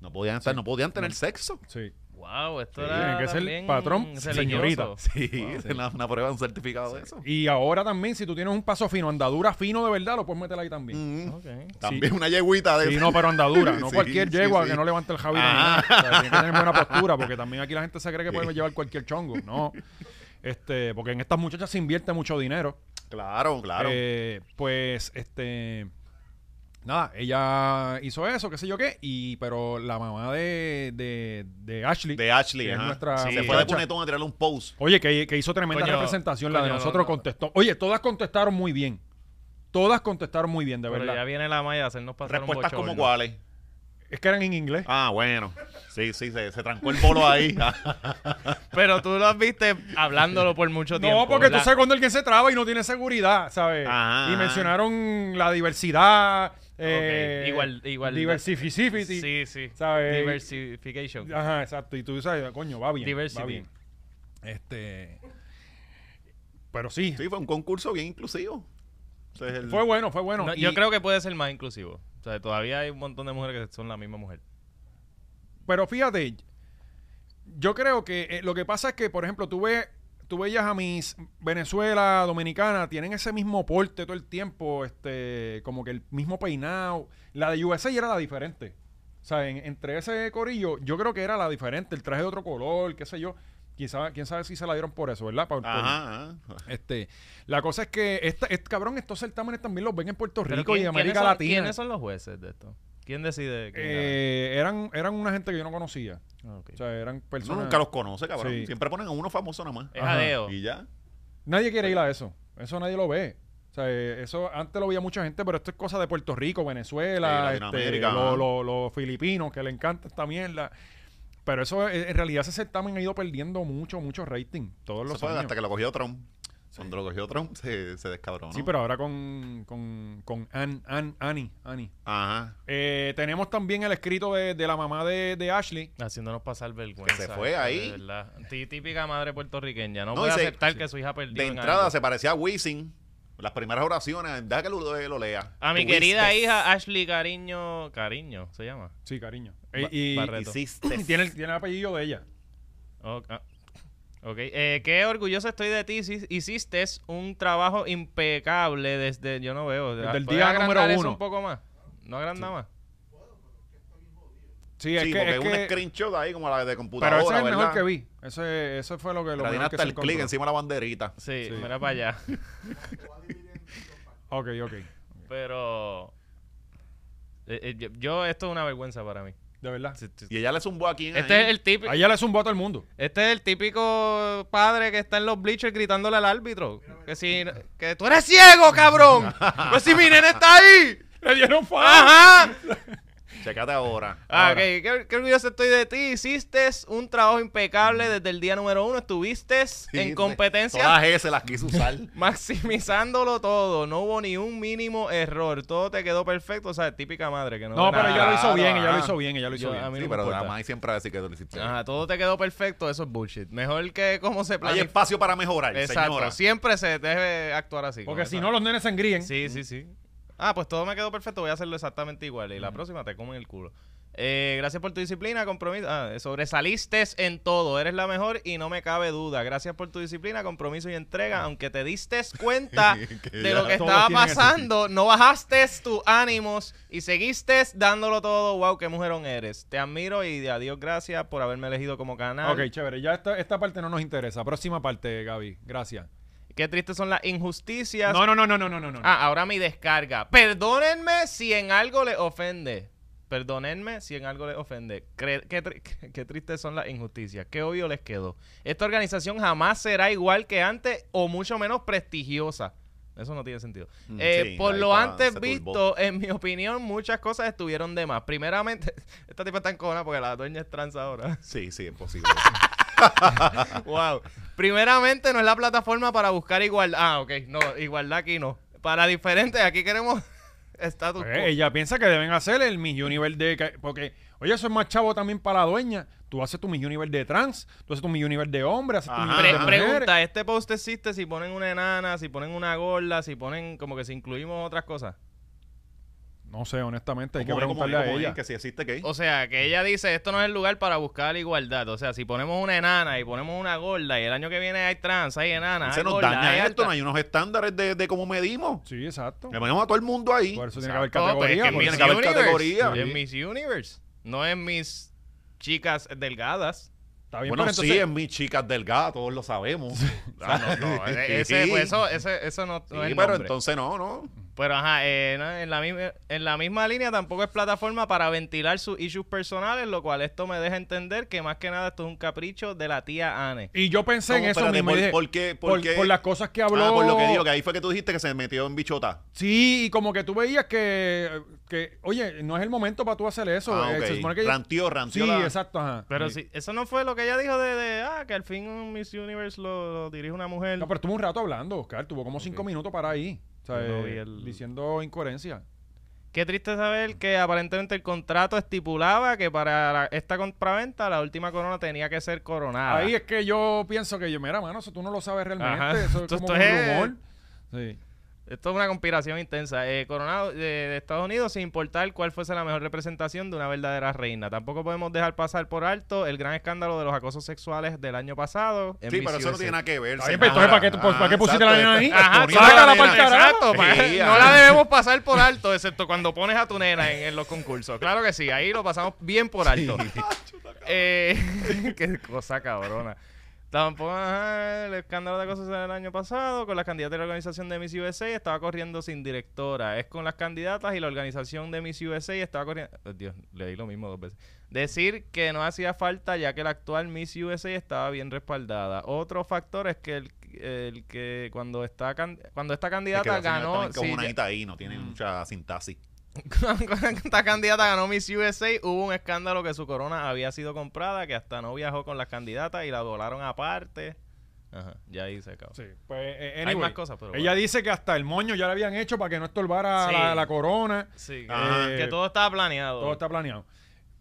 No podían, estar, no podían
Mm.
tener sexo.
Sí.
Wow,
Sí,
esto era
tiene que ser
también
patrón,
religioso.
señorita.
Sí, es una, una prueba, un certificado de eso.
Y ahora también, si tú tienes un paso fino, andadura fino de verdad, lo puedes meter ahí también.
Mm.
Ok.
También una yegüita de
Sí, no, pero andadura, no
Sí,
cualquier
sí,
yegua
sí.
que no levante el javi.
Ah.
tiene que tener buena postura, porque también aquí la gente se cree que puede llevar cualquier chongo. No. Este, porque en estas muchachas se invierte mucho dinero.
Claro, claro.
Eh, pues, este. Nada, ella hizo eso, qué sé yo qué, y pero la mamá de, de, de Ashley.
de Ashley.
que es
ajá.
nuestra
Sí, se fue
muchacha.
de punetón a tirarle un post.
Oye, que, que hizo tremenda
Coño,
representación. la de
coño, no,
nosotros
no.
contestó. Oye, todas contestaron muy bien. Todas contestaron muy bien, de
Pero
verdad.
ya viene la Maya a hacernos pasar
Respuestas
un
como
bochorno.
cuáles.
Es que eran en inglés.
Ah, bueno. Sí, sí, se, se trancó el bolo ahí. Ah,
Pero tú lo viste hablándolo por mucho tiempo.
No, porque
¿verdad?
tú sabes cuando alguien se traba y no tiene seguridad, ¿sabes?
Ajá,
y
ajá.
mencionaron la diversidad. eh,
igual- igual-
Diversificity.
Sí, sí.
¿sabes?
Diversification.
Ajá, exacto. Y tú sabes, ah, coño, va bien.
Diversity.
Va bien. Este. Pero sí.
Sí, fue un concurso bien inclusivo. Ese es el-
Fue bueno, fue bueno.
No,
Y-
Yo creo que puede ser más inclusivo. O sea, todavía hay un montón de mujeres que son la misma mujer.
Pero fíjate, yo creo que eh, lo que pasa es que, por ejemplo, tú ves, tú veías a mis Venezuela, Dominicana, tienen ese mismo porte todo el tiempo, este, como que el mismo peinado. La de USA era la diferente. O sea, en- entre ese corillo, yo creo que era la diferente, el traje de otro color, qué sé yo. Quién sabe, quién sabe si se la dieron por eso, ¿verdad? Por- por-
Ajá, ajá.
Este, la cosa es que esta, este cabrón, estos certámenes también los ven en Puerto
Pero
Rico y
¿quién-
en América
quiénes son-
Latina.
¿Quiénes son los jueces de esto? ¿Quién decide? quién
Eh, eran, eran una gente que yo no conocía.
gana? Ah, ok.
O sea, eran
Uno
personas.
nunca los conoce, cabrón.
Sí.
Siempre ponen a uno famoso nada más.
Es
Ajá.
jadeo.
Y ya.
Nadie quiere
Pues
ir a eso. Eso nadie lo ve. O sea, eh, eso antes lo veía mucha gente, pero esto es cosa de Puerto Rico,
Sí,
Venezuela, este,
Latinoamérica.
lo- lo- los filipinos que le encanta esta mierda. Pero eso, eh, en realidad, ese certamen ha ido perdiendo mucho, mucho rating todos
Eso
los
fue
años.
hasta que lo cogió Trump. Cuando lo cogió Trump se, se descabronó.
Sí, pero ahora con, con, con Ann- Ann- Annie. Annie.
Ajá.
Eh, tenemos también el escrito de, de la mamá de, de Ashley.
Haciéndonos pasar vergüenza. este,
Que se fue ahí.
de verdad. Tí- Típica madre puertorriqueña. No,
No,
puede
y se-
aceptar que su hija perdió.
De
en
entrada
algo.
se parecía a Wisin. Las primeras oraciones, deja que lo, lo lea.
A mi
Tuviste,
querida hija ah, Ashley Cariño. Cariño, se llama.
Sí, cariño.
Ba-
Eh, y
Barreto.
Hiciste.
tiene, el- tiene el apellido de ella.
Ok. ah. Ok. Eh, qué orgulloso estoy de ti. Hici- Hiciste un trabajo impecable desde. Yo no veo. ah,
Desde el
¿Puedes
día
agrandar
número
eso
uno.
un poco más. No agranda más.
Sí,
Sí,
es que.
porque
es
un
que-
screenshot ahí como la de
pero
computadora,
ese es el
¿verdad?
mejor que vi. Ese, ese fue lo que lo
Le
mejor
dieron
que
hasta
se
el clic
encontró.
encima de la banderita.
Sí,
Sí.
mira para allá.
Ok, ok.
Pero. eh, eh, yo- yo, esto es una vergüenza para mí.
De verdad.
Sí, sí.
Y ella le zumbó aquí en
Este es el típico.
A ella le es un voto al mundo.
Este es el típico padre que está en los bleachers gritándole al árbitro. Que si que tú eres ciego, cabrón. pues si mi nene está ahí.
Le dieron faja.
Ajá.
Checate ahora.
Ah,
Ahora.
ok. Qué, qué orgulloso estoy de ti. Hiciste un trabajo impecable desde el día número uno. Estuviste
Sí,
en competencia
Todas esas las quiso usar.
maximizándolo todo. No hubo ni un mínimo error. Todo te quedó perfecto. O sea, típica madre que no.
No,
ve
pero
nada.
ella lo hizo
Claro,
bien, ella lo
ajá.
hizo bien, ella lo hizo
Yo-
bien.
a mí
Sí,
no me
pero
importa.
la madre siempre va a decir que tú lo hiciste.
Ajá, todo te quedó perfecto. Eso es bullshit. Mejor que cómo se
Hay
planea.
espacio para mejorar,
Exacto,
señora.
siempre se debe actuar así.
Porque
con
si
esa-
no, los nenes se engríen.
Sí, sí, sí. Ah, pues todo me quedó perfecto, voy a hacerlo exactamente igual. Y la próxima te comen el culo. Eh, gracias por tu disciplina, compromiso. Ah, sobresaliste en todo, eres la mejor y no me cabe duda. Gracias por tu disciplina, compromiso y entrega. Aunque te diste cuenta de lo que
Todos
estaba
tienen ese
pasando, no bajaste tus ánimos y seguiste dándolo todo. Wow, qué mujerón eres. Te admiro y a Dios gracias por haberme elegido como canal.
Ok, chévere. Ya esta, esta parte no nos interesa. Próxima parte, Gaby. Gracias.
Qué tristes son las injusticias.
No, no, no, no, no, no, no. no.
Ah, ahora mi descarga. Perdónenme si en algo le ofende. Perdónenme si en algo les ofende. Cre- qué, tri- qué tristes son las injusticias. Qué obvio les quedó. Esta organización jamás será igual que antes o mucho menos prestigiosa. Eso no tiene sentido.
Mm,
Eh,
sí,
por
ahí
lo
está,
antes
se
visto,
turbó.
en mi opinión, muchas cosas estuvieron de más. Primeramente, esta tipa está en cona porque la dueña es trans ahora.
Sí, sí, es posible.
Wow. Primeramente, no es la plataforma para buscar igualdad. Ah, ok. No, igualdad aquí no. Para diferentes, aquí queremos status quo.
Eh, ella piensa que deben hacer el Miss Universe de... ca- Porque, oye, eso es más chavo también para la dueña. Tú haces tu Miss Universe de trans, tú haces tu Miss Universe de hombre, haces tu
Ajá.
Miss
Pre-
Universe de mujer.
pregunta, ¿este post existe si ponen una enana, si ponen una gorda, si ponen como que si incluimos otras cosas?
No sé, honestamente, hay que
¿Cómo es, cómo es,
preguntarle a
cómo es?
ella.
Que si existe qué.
O sea, que ella dice, esto no es el lugar para buscar la igualdad. O sea, si ponemos una enana y ponemos una gorda y el año que viene hay trans, hay enana,
Se
hay
nos
gorda, hay
daña esto,
alta.
no hay unos estándares de, de cómo medimos.
Sí, exacto.
Le ponemos a todo el mundo ahí.
Por eso tiene que haber
Exacto, pero
categoría.
es que
porque-
tiene que haber
Miss
categoría.
Universe,
Sí.
Es Miss Universe. No es mis chicas delgadas.
Está bien,
Bueno,
pero
sí,
entonces...
es mi chicas delgada, todos lo sabemos.
Ah, no, no, e- ese,
Sí.
pues, eso, ese- eso no,
Sí,
no es
pero
nombre.
entonces no, no.
Pero ajá, eh, no, en, la misma, en la misma línea tampoco es plataforma para ventilar sus issues personales, lo cual esto me deja entender que más que nada esto es un capricho de la tía Anne.
Y yo pensé en
¿Cómo?
eso
Espérate,
mismo. y dije,
¿por- por qué- por
por,
qué?
por las cosas que habló.
Ah, por lo que digo, que ahí fue que tú dijiste que se metió en bichota.
Sí, y como que tú veías que, que oye, no es el momento para tú hacer eso.
Ah,
eh,
ok.
se supone que ella-
Ranteó, ranteó
Sí,
la-
exacto, ajá.
Pero
Sí.
sí, eso no fue lo que ella dijo de, de, ah, que al fin un Miss Universe lo, lo dirige una mujer.
No, pero estuvo un rato hablando, Oscar. Tuvo como cinco minutos para ahí. O sea,
Yo no
eh,
vi el-
diciendo incoherencia.
Qué triste saber que aparentemente el contrato estipulaba que para la- esta compraventa la última corona tenía que ser coronada.
Ahí es que yo pienso que yo, mira, mano, eso tú no lo sabes realmente.
Ajá.
Eso es
Esto-
como
esto
un
es-
rumor. Sí.
Esto es una conspiración intensa. Eh, coronado eh, de Estados Unidos, sin importar cuál fuese la mejor representación de una verdadera reina. Tampoco podemos dejar pasar por alto el gran escándalo de los acosos sexuales del año pasado. en
Sí, pero eso no
BCUS.
tiene nada que ver.
Está bien,
señora.
pero entonces, ¿para qué tú- por-
Ah,
para qué pusiste la
exacto,
nena ahí?
esto-
Ajá,
esto no
sácala
era
para
nena.
el carajo.
Exacto, pa-
Sí,
no la
ajá.
debemos pasar por alto, excepto cuando pones a tu nena en, en los concursos. Claro que sí, ahí lo pasamos bien por alto. Eh, qué cosa cabrona. Tampoco, ajá, el escándalo de cosas del año pasado con las candidatas de la organización de Miss USA estaba corriendo sin directora. Es con las candidatas y la organización de Miss USA estaba corriendo. oh, Dios, leí lo mismo dos veces. Decir que no hacía falta ya que la actual Miss USA estaba bien respaldada. Otro factor es que el, el que cuando está can- cuando esta
Es que
candidata
la señora está
ganó
bien
sí, ya-
cojonadita ahí, no
Mm.
tiene mucha sintaxis.
cuando esta candidata ganó Miss USA, hubo un escándalo que su corona había sido comprada, que hasta no viajó con las candidatas y la volaron aparte. Ajá, ya ahí se acabó.
Sí, pues, eh,
Hay
anyway,
más cosas, pero
Ella
bueno.
dice que hasta el moño ya lo habían hecho para que no estorbara
Sí.
la, la corona. Eh,
Sí, que,
Ajá.
que todo estaba planeado.
Ah, Todo está planeado.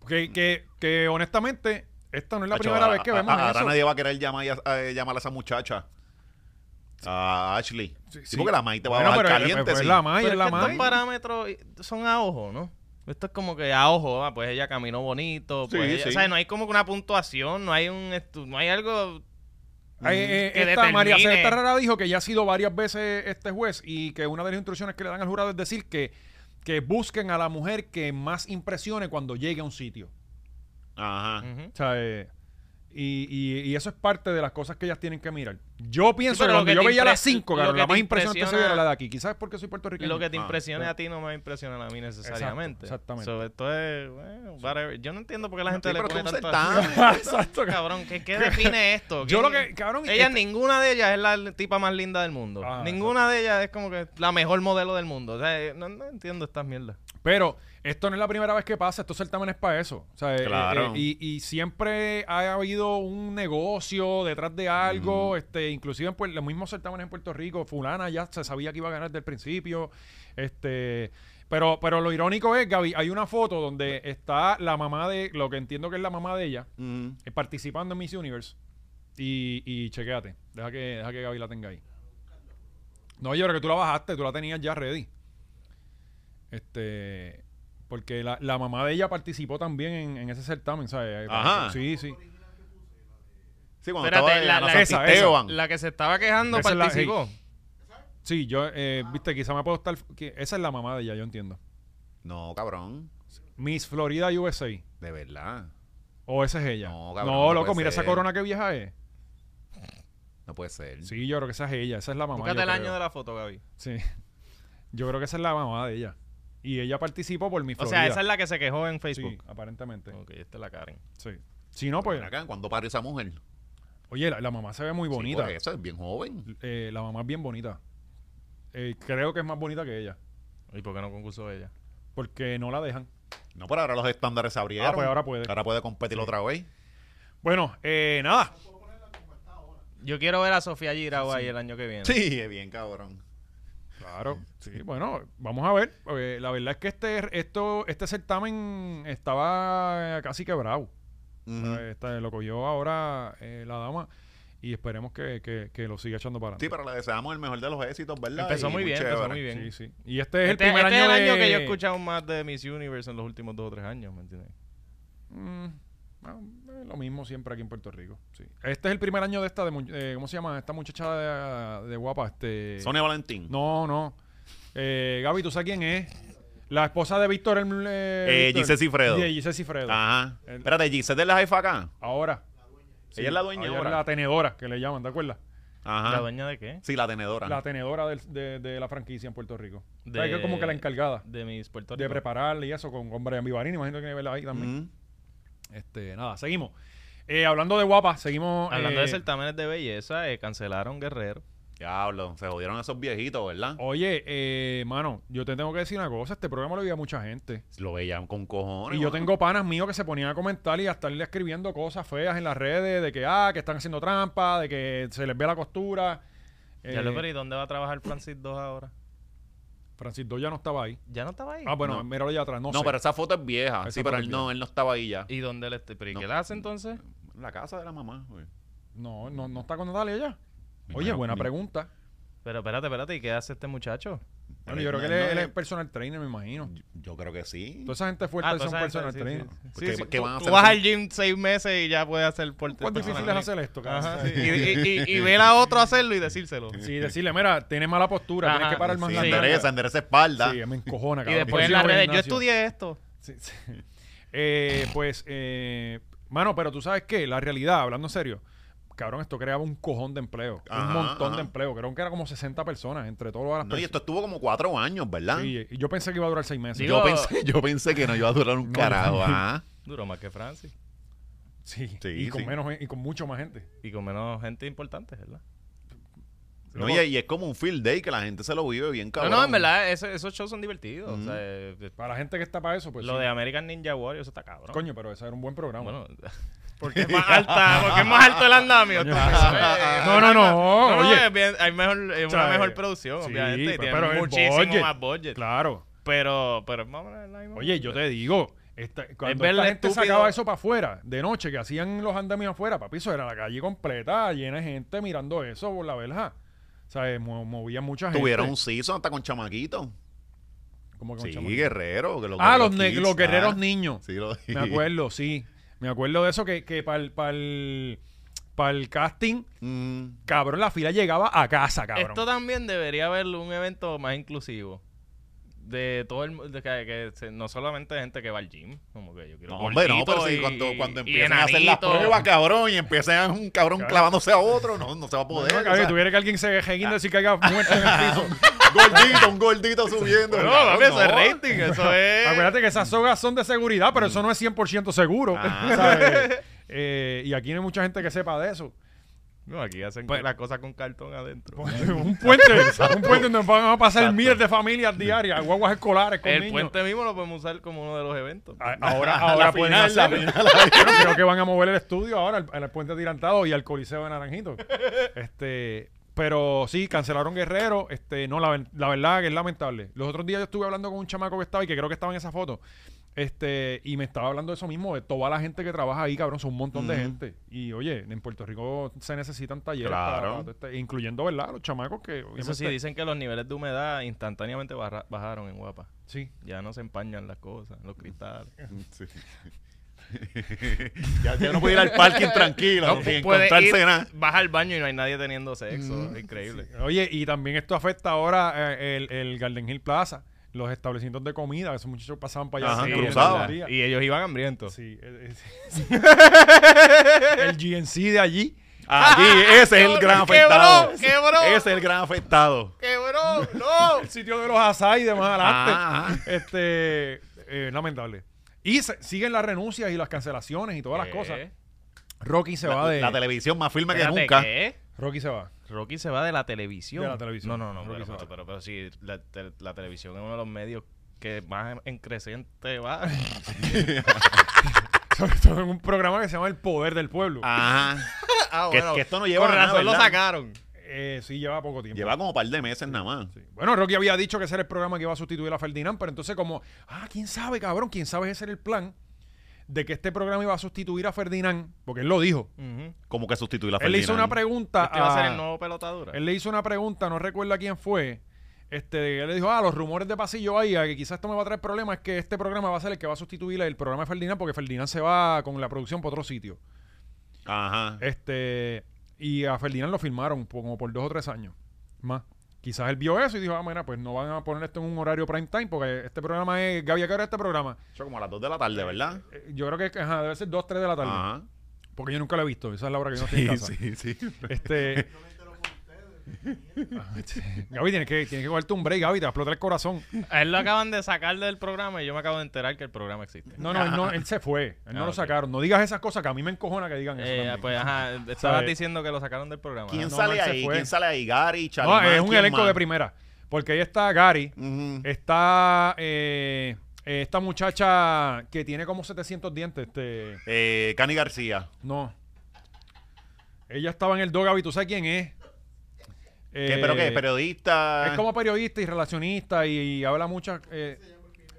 Que, que, que, honestamente, esta no es la
Mm. Hacho,
primera
ahora-
vez que
a-
vemos
a- Ahora
eso.
nadie va a querer llamar, y a- a, llamar a esa muchacha. A Ashley. Sí,
sí.
porque la May te va
Bueno,
a
pero,
bajar
eh,
caliente.
pues,
sí.
es la May,
Pero
es
es
la
que estos
May.
parámetros son a ojo, ¿no? Esto es como que a ojo, ah, pues ella caminó bonito, pues
Sí,
ella-
sí.
o sea, no hay como que una puntuación, no hay un estu- no hay algo
Ay, eh,
que
esta María
determine.
Celeste Herrera dijo que ya ha sido varias veces este juez y que una de las instrucciones que le dan al jurado es decir que, que busquen a la mujer que más impresione cuando llegue a un sitio.
Ajá.
Ujú.
O sea, eh, y, y- y eso es parte de las cosas que ellas tienen que mirar. Yo pienso que
pero lo
cuando
que
yo
te
veía
impre-
las cinco,
lo
claro,
que
la
te
más impresionante se
impresiona-
era la de aquí. Quizás porque soy puertorriqueño.
Lo que te
Ah,
impresione
pero-
a ti no me impresiona a mí necesariamente.
pues. Exacto, exactamente.
So, esto es, bueno, whatever. Yo no entiendo por qué la gente
Sí,
le
pero
pone
tú
tanto...
estás-
Exacto. cabrón.
Cabrón, ¿qué, qué define esto?
Yo
¿Qué-
lo que, cabrón,
Ella,
esta-
ninguna de ellas es la tipa más linda del mundo.
Ah,
ninguna de ellas es como que la mejor modelo del mundo. O sea, eh, no, no entiendo estas mierdas.
Pero esto no es la primera vez que pasa, estos certámenes para eso. O sea, eh,
Claro.
eh, y, y siempre ha habido un negocio detrás de algo, este, inclusive en Puer- los mismos certámenes en Puerto Rico, fulana ya se sabía que iba a ganar desde el principio. Este, pero, pero lo irónico es, Gaby, hay una foto donde está la mamá de, lo que entiendo que es la mamá de ella,
Mm.
eh, participando en Miss Universe. Y, y chequeate, deja que, deja que Gaby la tenga ahí. No, yo creo que tú la bajaste, tú la tenías ya ready. Este. Porque la, la mamá de ella participó también en, en ese certamen, ¿sabes?
Ajá.
Sí, sí.
Sí, cuando
Espérate,
estaba
la-
Ana
la-
San
esa,
Esteban.
La que se estaba quejando
Esa es la-
participó.
Sí, yo, eh, viste, quizá me puedo estar. que esa es la mamá de ella, yo entiendo.
No, cabrón.
Miss Florida USA.
De verdad.
O esa es ella.
No,
No,
cabrón, no
loco,
puede
mira
ser.
esa corona que vieja es.
No puede ser.
Sí, yo creo que esa es ella, esa es la mamá.
Búscate
yo
el
creo.
año de la foto, Gaby.
Sí. Yo creo que esa es la mamá de ella. Y ella participó por mi
O
Florida.
sea, esa es la que se quejó en
Sí,
Facebook.
aparentemente.
Ok, esta es la Karen.
Sí. Si no, pues.
Ven acá, ¿Cuándo parió esa mujer?
Oye, la, la mamá se ve muy
Sí,
bonita.
porque esa es bien joven.
Eh, la mamá es bien bonita. Eh, creo que es más bonita que ella.
¿Y por qué no concursó ella?
Porque no la dejan.
No, pero ahora los estándares se abrieron.
Ah, pues ahora puede.
Ahora puede competir otra vez.
Bueno, eh, nada.
Yo quiero ver a Sofía Girau ahí el año que viene. Este
Sí, es bien cabrón.
Claro. Sí, bueno, vamos a ver. Eh, la verdad es que este, esto, este certamen estaba eh, casi quebrado.
Mm.
Ujú.
Eh, está- lo cogió ahora eh, la dama. Y esperemos que, que- que lo siga echando para
Sí,
adelante.
pero le deseamos el mejor de los éxitos, ¿verdad?
Empezó
Y
muy bien, empezó muy
Sí,
bien.
sí. Y este es
este
el
este
primer
es
año
el año
de-
que yo he escuchado más de Miss Universe en los últimos dos o tres años, ¿me entiendes?
Mm, ah, eh, lo mismo siempre aquí en Puerto Rico. sí. Este es el primer año de esta, de, mu- eh, ¿cómo se llama? Esta muchacha de, de guapa. Este,
Sonia Valentín.
No, no. Eh, Gaby, ¿tú sabes quién es? La esposa de Víctor. El,
Eh, Giselle Cifredo.
Sí, Giselle Cifredo.
Ajá.
El-
Espérate, Giselle de la jefa acá.
Ahora. Sí,
Ella es la dueña
ella
ahora.
es la tenedora, que le llaman, ¿te acuerdas?
Ajá.
¿La dueña de qué?
Sí, la tenedora.
La tenedora del- de, de la franquicia en Puerto Rico. O sea,
De-
que Ah, es como que la encargada
De Miss Puerto
de
Rico.
prepararle y eso con hombre ambivarín. Imagino que hay que verla ahí también.
Ujú.
Este, nada, seguimos. Eh, hablando de guapa, seguimos.
Hablando de
eh,
certámenes de belleza, eh, cancelaron Guerrero.
Diablo, se jodieron esos viejitos, ¿verdad?
Oye, eh, mano, yo te tengo que decir una cosa. Este programa lo veía mucha gente.
Lo veían con cojones.
Y yo
mano.
tengo panas míos que se ponían a comentar y a estarle escribiendo cosas feas en las redes de que, ah, que están haciendo trampa, de que se les ve la costura. Eh,
Ya lo pero ¿y dónde va a trabajar Francis 2 ahora?
Francis Doya no estaba ahí.
Ya no estaba ahí.
Ah, bueno,
No.
míralo allá atrás. No,
No,
sé.
pero esa foto es vieja.
Esa
sí, pero
foto es
él no, él no estaba ahí ya.
¿Y dónde le este- pero ¿y
No.
qué le hace entonces?
En la casa de la mamá, güey.
No, no, no está con Natalia ya.
Mi
Oye,
madre-
buena
mi-
pregunta.
Pero espérate, espérate, ¿y qué hace este muchacho?
Bueno, yo creo que él,
No,
es- él
no,
es personal trainer, me imagino.
yo- Yo creo que sí.
Toda esa gente fuerte
toda
son
esa gente,
personal
sí,
trainer.
sí, sí.
¿Qué-
Sí, sí,
qué
tú-
van a
Ah, tú
hacer?
vas al gym seis meses y ya puedes hacer por
¿Cuán Pues difícil es hacer esto,
Ajá,
cabrón?
sí. y, y, y, y ver a otro hacerlo y decírselo.
Sí, decirle, mira, tienes mala postura,
Ajá.
tienes que parar más
Sí,
la
endereza, endereza espalda.
Sí, me encojona,
Y
cabrón. Por
después
eso
en
yo
las
voy al
redes, yo
gimnasio.
estudié esto.
Sí, sí. Eh, pues, eh, mano, pero tú sabes qué, la realidad, hablando en serio, cabrón, esto creaba un cojón de empleo.
Ajá,
un montón
ajá.
de empleo. Creo que era como 60 personas entre todas las
No, y
personas.
esto estuvo como cuatro años, ¿verdad?
Sí, y yo pensé que iba a durar seis meses.
Digo-
yo, pensé, yo pensé que no iba a durar un
No,
carajo.
no.
ajá.
Duró más que Francis.
sí,
Sí,
y con
sí.
menos gen- y con mucho más gente.
Y con menos gente importante, ¿verdad?
No, y, y es como un field day que la gente se lo vive bien
No,
cabrón.
no, en verdad, eso- esos shows son divertidos.
Ujú.
o sea, eh,
Para la gente que está para eso, pues
lo
sí.
de American Ninja Warrior, eso está cabrón.
Coño, pero ese era un buen programa.
Bueno, porque es más alta, porque es más alto el andamio. tú sabes.
no, no, no,
No, no,
oye.
es bien- hay mejor, es
sea,
una mejor producción,
sí,
obviamente, y
pero-
tiene
pero el
muchísimo
budget.
más budget.
Claro.
Pero, pero es más o menos la misma
Oye, yo te digo, esta, cuando
verle
esta gente
estúpido.
sacaba eso para afuera, de noche, que hacían los andamios afuera, papi, eso era la calle completa, llena de gente mirando eso por la verja. O sea, eh, mo- movían mucha gente.
Tuvieron un season hasta con chamaquito.
Como que un
Sí,
chamaco.
guerrero. que
Ah, los, ne-
kids,
los guerreros
ah.
niños.
Sí, lo-
Me acuerdo, sí. Me acuerdo de eso que, que para el, para el, casting,
Mm,
cabrón, la fila llegaba a casa, cabrón.
Esto también debería haber un evento más inclusivo. De todo el mundo, que, que se- no solamente gente que va al gym, como que yo quiero
No, hombre, no, pero
gordito
si
y-
cuando, cuando
y
empiezan a hacer las
enanito.
pruebas, cabrón, y empiezan un cabrón clavándose a otro, no, no se va a
No,
poder.
cabrón,
o sea,
tuviera que alguien se jeguinde decir que haya muerto en el piso.
gordito, un gordito subiendo.
No,
cabrón,
papi, eso es
no.
rating, eso es.
Acuérdate que esas sogas son de seguridad,
Mm.
pero eso no es 100% seguro.
Ah.
¿sabes? Eh, y aquí no hay mucha gente que sepa de eso.
No, aquí hacen
Pues-
las cosas con cartón adentro.
pues,
un puente, un puente donde van a pasar miles de familias diarias, guaguas escolares con
el
niños.
puente mismo lo podemos usar como uno de los eventos.
Ah,
A- Ahora, ahora pueden
final, la
hacerlo. Bueno, creo que van a mover el estudio ahora al, al puente atirantado y al coliseo de Naranjito. Este, pero sí, cancelaron Guerrero. Este, no, la, ver- la verdad que es lamentable. Los otros días yo estuve hablando con un chamaco que estaba y que creo que estaba en esa foto. Este, y me estaba hablando de eso mismo, de toda la gente que trabaja ahí, cabrón, son un montón de
Ujú.
gente. Y oye, en Puerto Rico se necesitan talleres, para-
Claro.
para- este, incluyendo, ¿verdad? Los chamacos que...
Eso
pues,
sí,
obviamente-
dicen que los niveles de humedad instantáneamente barra- bajaron en Guapa.
sí.
Ya no se empañan las cosas, los cristales.
Sí. ya, ya no puede ir al parking tranquilo, sin encontrarse nada.
vas al baño y no hay nadie teniendo sexo. Increíble.
Oye, y también esto afecta ahora eh, el, el Garden Hill Plaza, los establecimientos de comida, esos muchachos pasaban para allá.
Ajá,
así,
es
cruzaban.
en
verdad.
el día.
Y ellos iban hambrientos.
Sí, eh, eh, sí. el GNC de allí.
Allí, ese es el gran
Quebró,
afectado.
quebró.
Ese es el gran afectado.
¡Quebró! ¡No! ah,
el sitio de los asai de más adelante.
Ah, ajá.
Este, eh, lamentable. Y se- siguen las renuncias y las cancelaciones y todas las
¿Qué?
cosas. Rocky se va
La,
de
la televisión más firme que
Espérate,
nunca.
¿qué?
Rocky se va.
Rocky se va de la televisión.
De la televisión.
No, no, no.
Rocky
Pero,
se
pero,
va.
pero- pero sí, la, te- la televisión es uno de los medios que más en creciente va.
Sobre todo en un programa que se llama El Poder del Pueblo.
Ajá.
ah,
Que- que esto no lleva
Con
a nada,
razón lo
¿verdad?
sacaron.
Eh, sí, lleva poco tiempo.
Lleva como un par de meses nada más.
Sí. Bueno, Rocky había dicho que ese era el programa que iba a sustituir a Ferdinand, pero entonces como, ah, quién sabe, cabrón, quién sabe ese era el plan de que este programa iba a sustituir a Ferdinand, porque él lo dijo.
Ujú.
Como que sustituir la
Él le hizo una
Ferdinand.
pregunta
Este va a ser el
a-
nuevo pelotadura.
Él le hizo una pregunta, no recuerdo a quién fue. Este, él le dijo, ah, los rumores de pasillo ahí, a que quizás esto me va a traer problemas, es que este programa va a ser el que va a sustituir el programa de Ferdinand, porque Ferdinand se va con la producción para otro sitio.
Ajá.
Este, y a Ferdinand lo firmaron por- como por dos o tres años más. Quizás él vio eso y dijo, ah, mira, pues no van a poner esto en un horario prime time, porque este programa es, Gaby, ¿a qué hora es este programa?
Eso como a las 2 de la tarde, ¿verdad?
Eh, Yo creo que ajá, debe ser dos, tres de la tarde,
Ajá.
porque yo nunca lo he visto, esa es la hora que yo no estoy en casa.
Ah. sí, sí.
Este. Ah, Gaby, tienes que, tienes que cogerte un break, Gaby, te va a explotar el corazón.
A él lo acaban de sacar del programa y yo me acabo de enterar que el programa existe.
No, no, él, no, él se fue. Él no
Ah,
lo
ok.
sacaron. No digas esas cosas que a mí me encojona que digan eso.
Eh,
también.
pues ajá, estabas
¿Sabe?
diciendo que lo sacaron del programa.
¿Quién
no,
sale
no, él se
ahí?
fue.
¿Quién sale ahí? Gary, Charlie.
no, es
Mann,
un
¿quién
elenco
más?
de primera. Porque ahí está Gary,
Ujú.
está eh, eh, esta muchacha que tiene como 700 dientes. Este,
Eh, Cani García.
no. Ella estaba en el Do, Gaby, tú sabes quién es.
¿Qué, ¿Pero qué?
Eh,
¿Periodista?
Es como periodista y relacionista y, habla muchas. eh,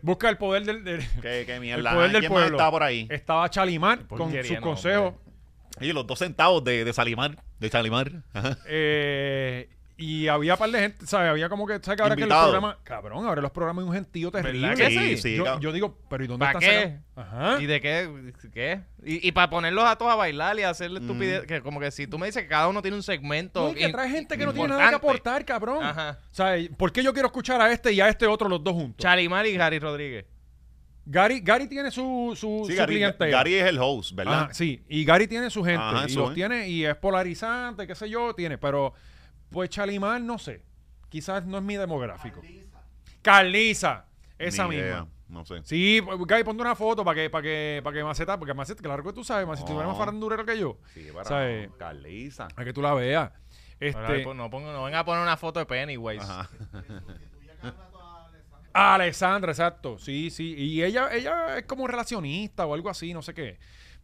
busca el poder del. del-
¿Qué, qué
el
mierda?
poder del
¿Quién
pueblo. Eh.
más está por ahí?
Estaba Chalimar con
Porquería,
sus
no,
consejos.
hombre.
Y los dos centavos de, de Salimar. De Salimar. Ajá.
eh, y había par de gente, ¿sabes? Había como que. ¿Sabes que ahora que los
Invitado.
programas. Cabrón, ahora los programas hay un gentío terrible.
¿Verdad que sí?
yo,
cabrón.
yo digo, pero ¿y dónde
¿Pa'
están
qué?
sacando? Ajá.
¿Y de qué? ¿Qué? Y, y para ponerlos a todos a bailar y hacerle estupidez. Que como que si tú me dices que cada uno tiene un segmento.
No, y que
in-
trae gente que no tiene nada que
importante.
aportar, cabrón.
Ajá.
O sea, ¿por qué yo quiero escuchar a este y a este otro los dos juntos?
Chalimar y Gary Rodríguez.
Gary, Gary tiene su, su,
Sí,
su
Gary,
clientela.
Gary es el host, ¿verdad?
Ajá, Ah, sí, y Gary tiene su gente.
Ajá,
y
eso
los
es.
tiene, y es polarizante, qué sé yo, tiene. Pero, pues Chalimar, no sé. Quizás no es mi demográfico. Carliza. Esa
Ni
misma.
idea, No sé.
Sí, pues, Gaby, ponte una foto para que, para que, para que Maceta, porque Maceta, claro que tú sabes, Maceta, tú eres
No.
más farandurero que yo.
Sí, para
¿Sabes?
Carliza.
Para que tú la veas.
Ahora le
Este,
pon- no, pongo, no venga a poner una foto de Pennywise.
Ajá.
Alessandra, exacto. Sí, sí. Y ella, ella es como relacionista o algo así, no sé qué.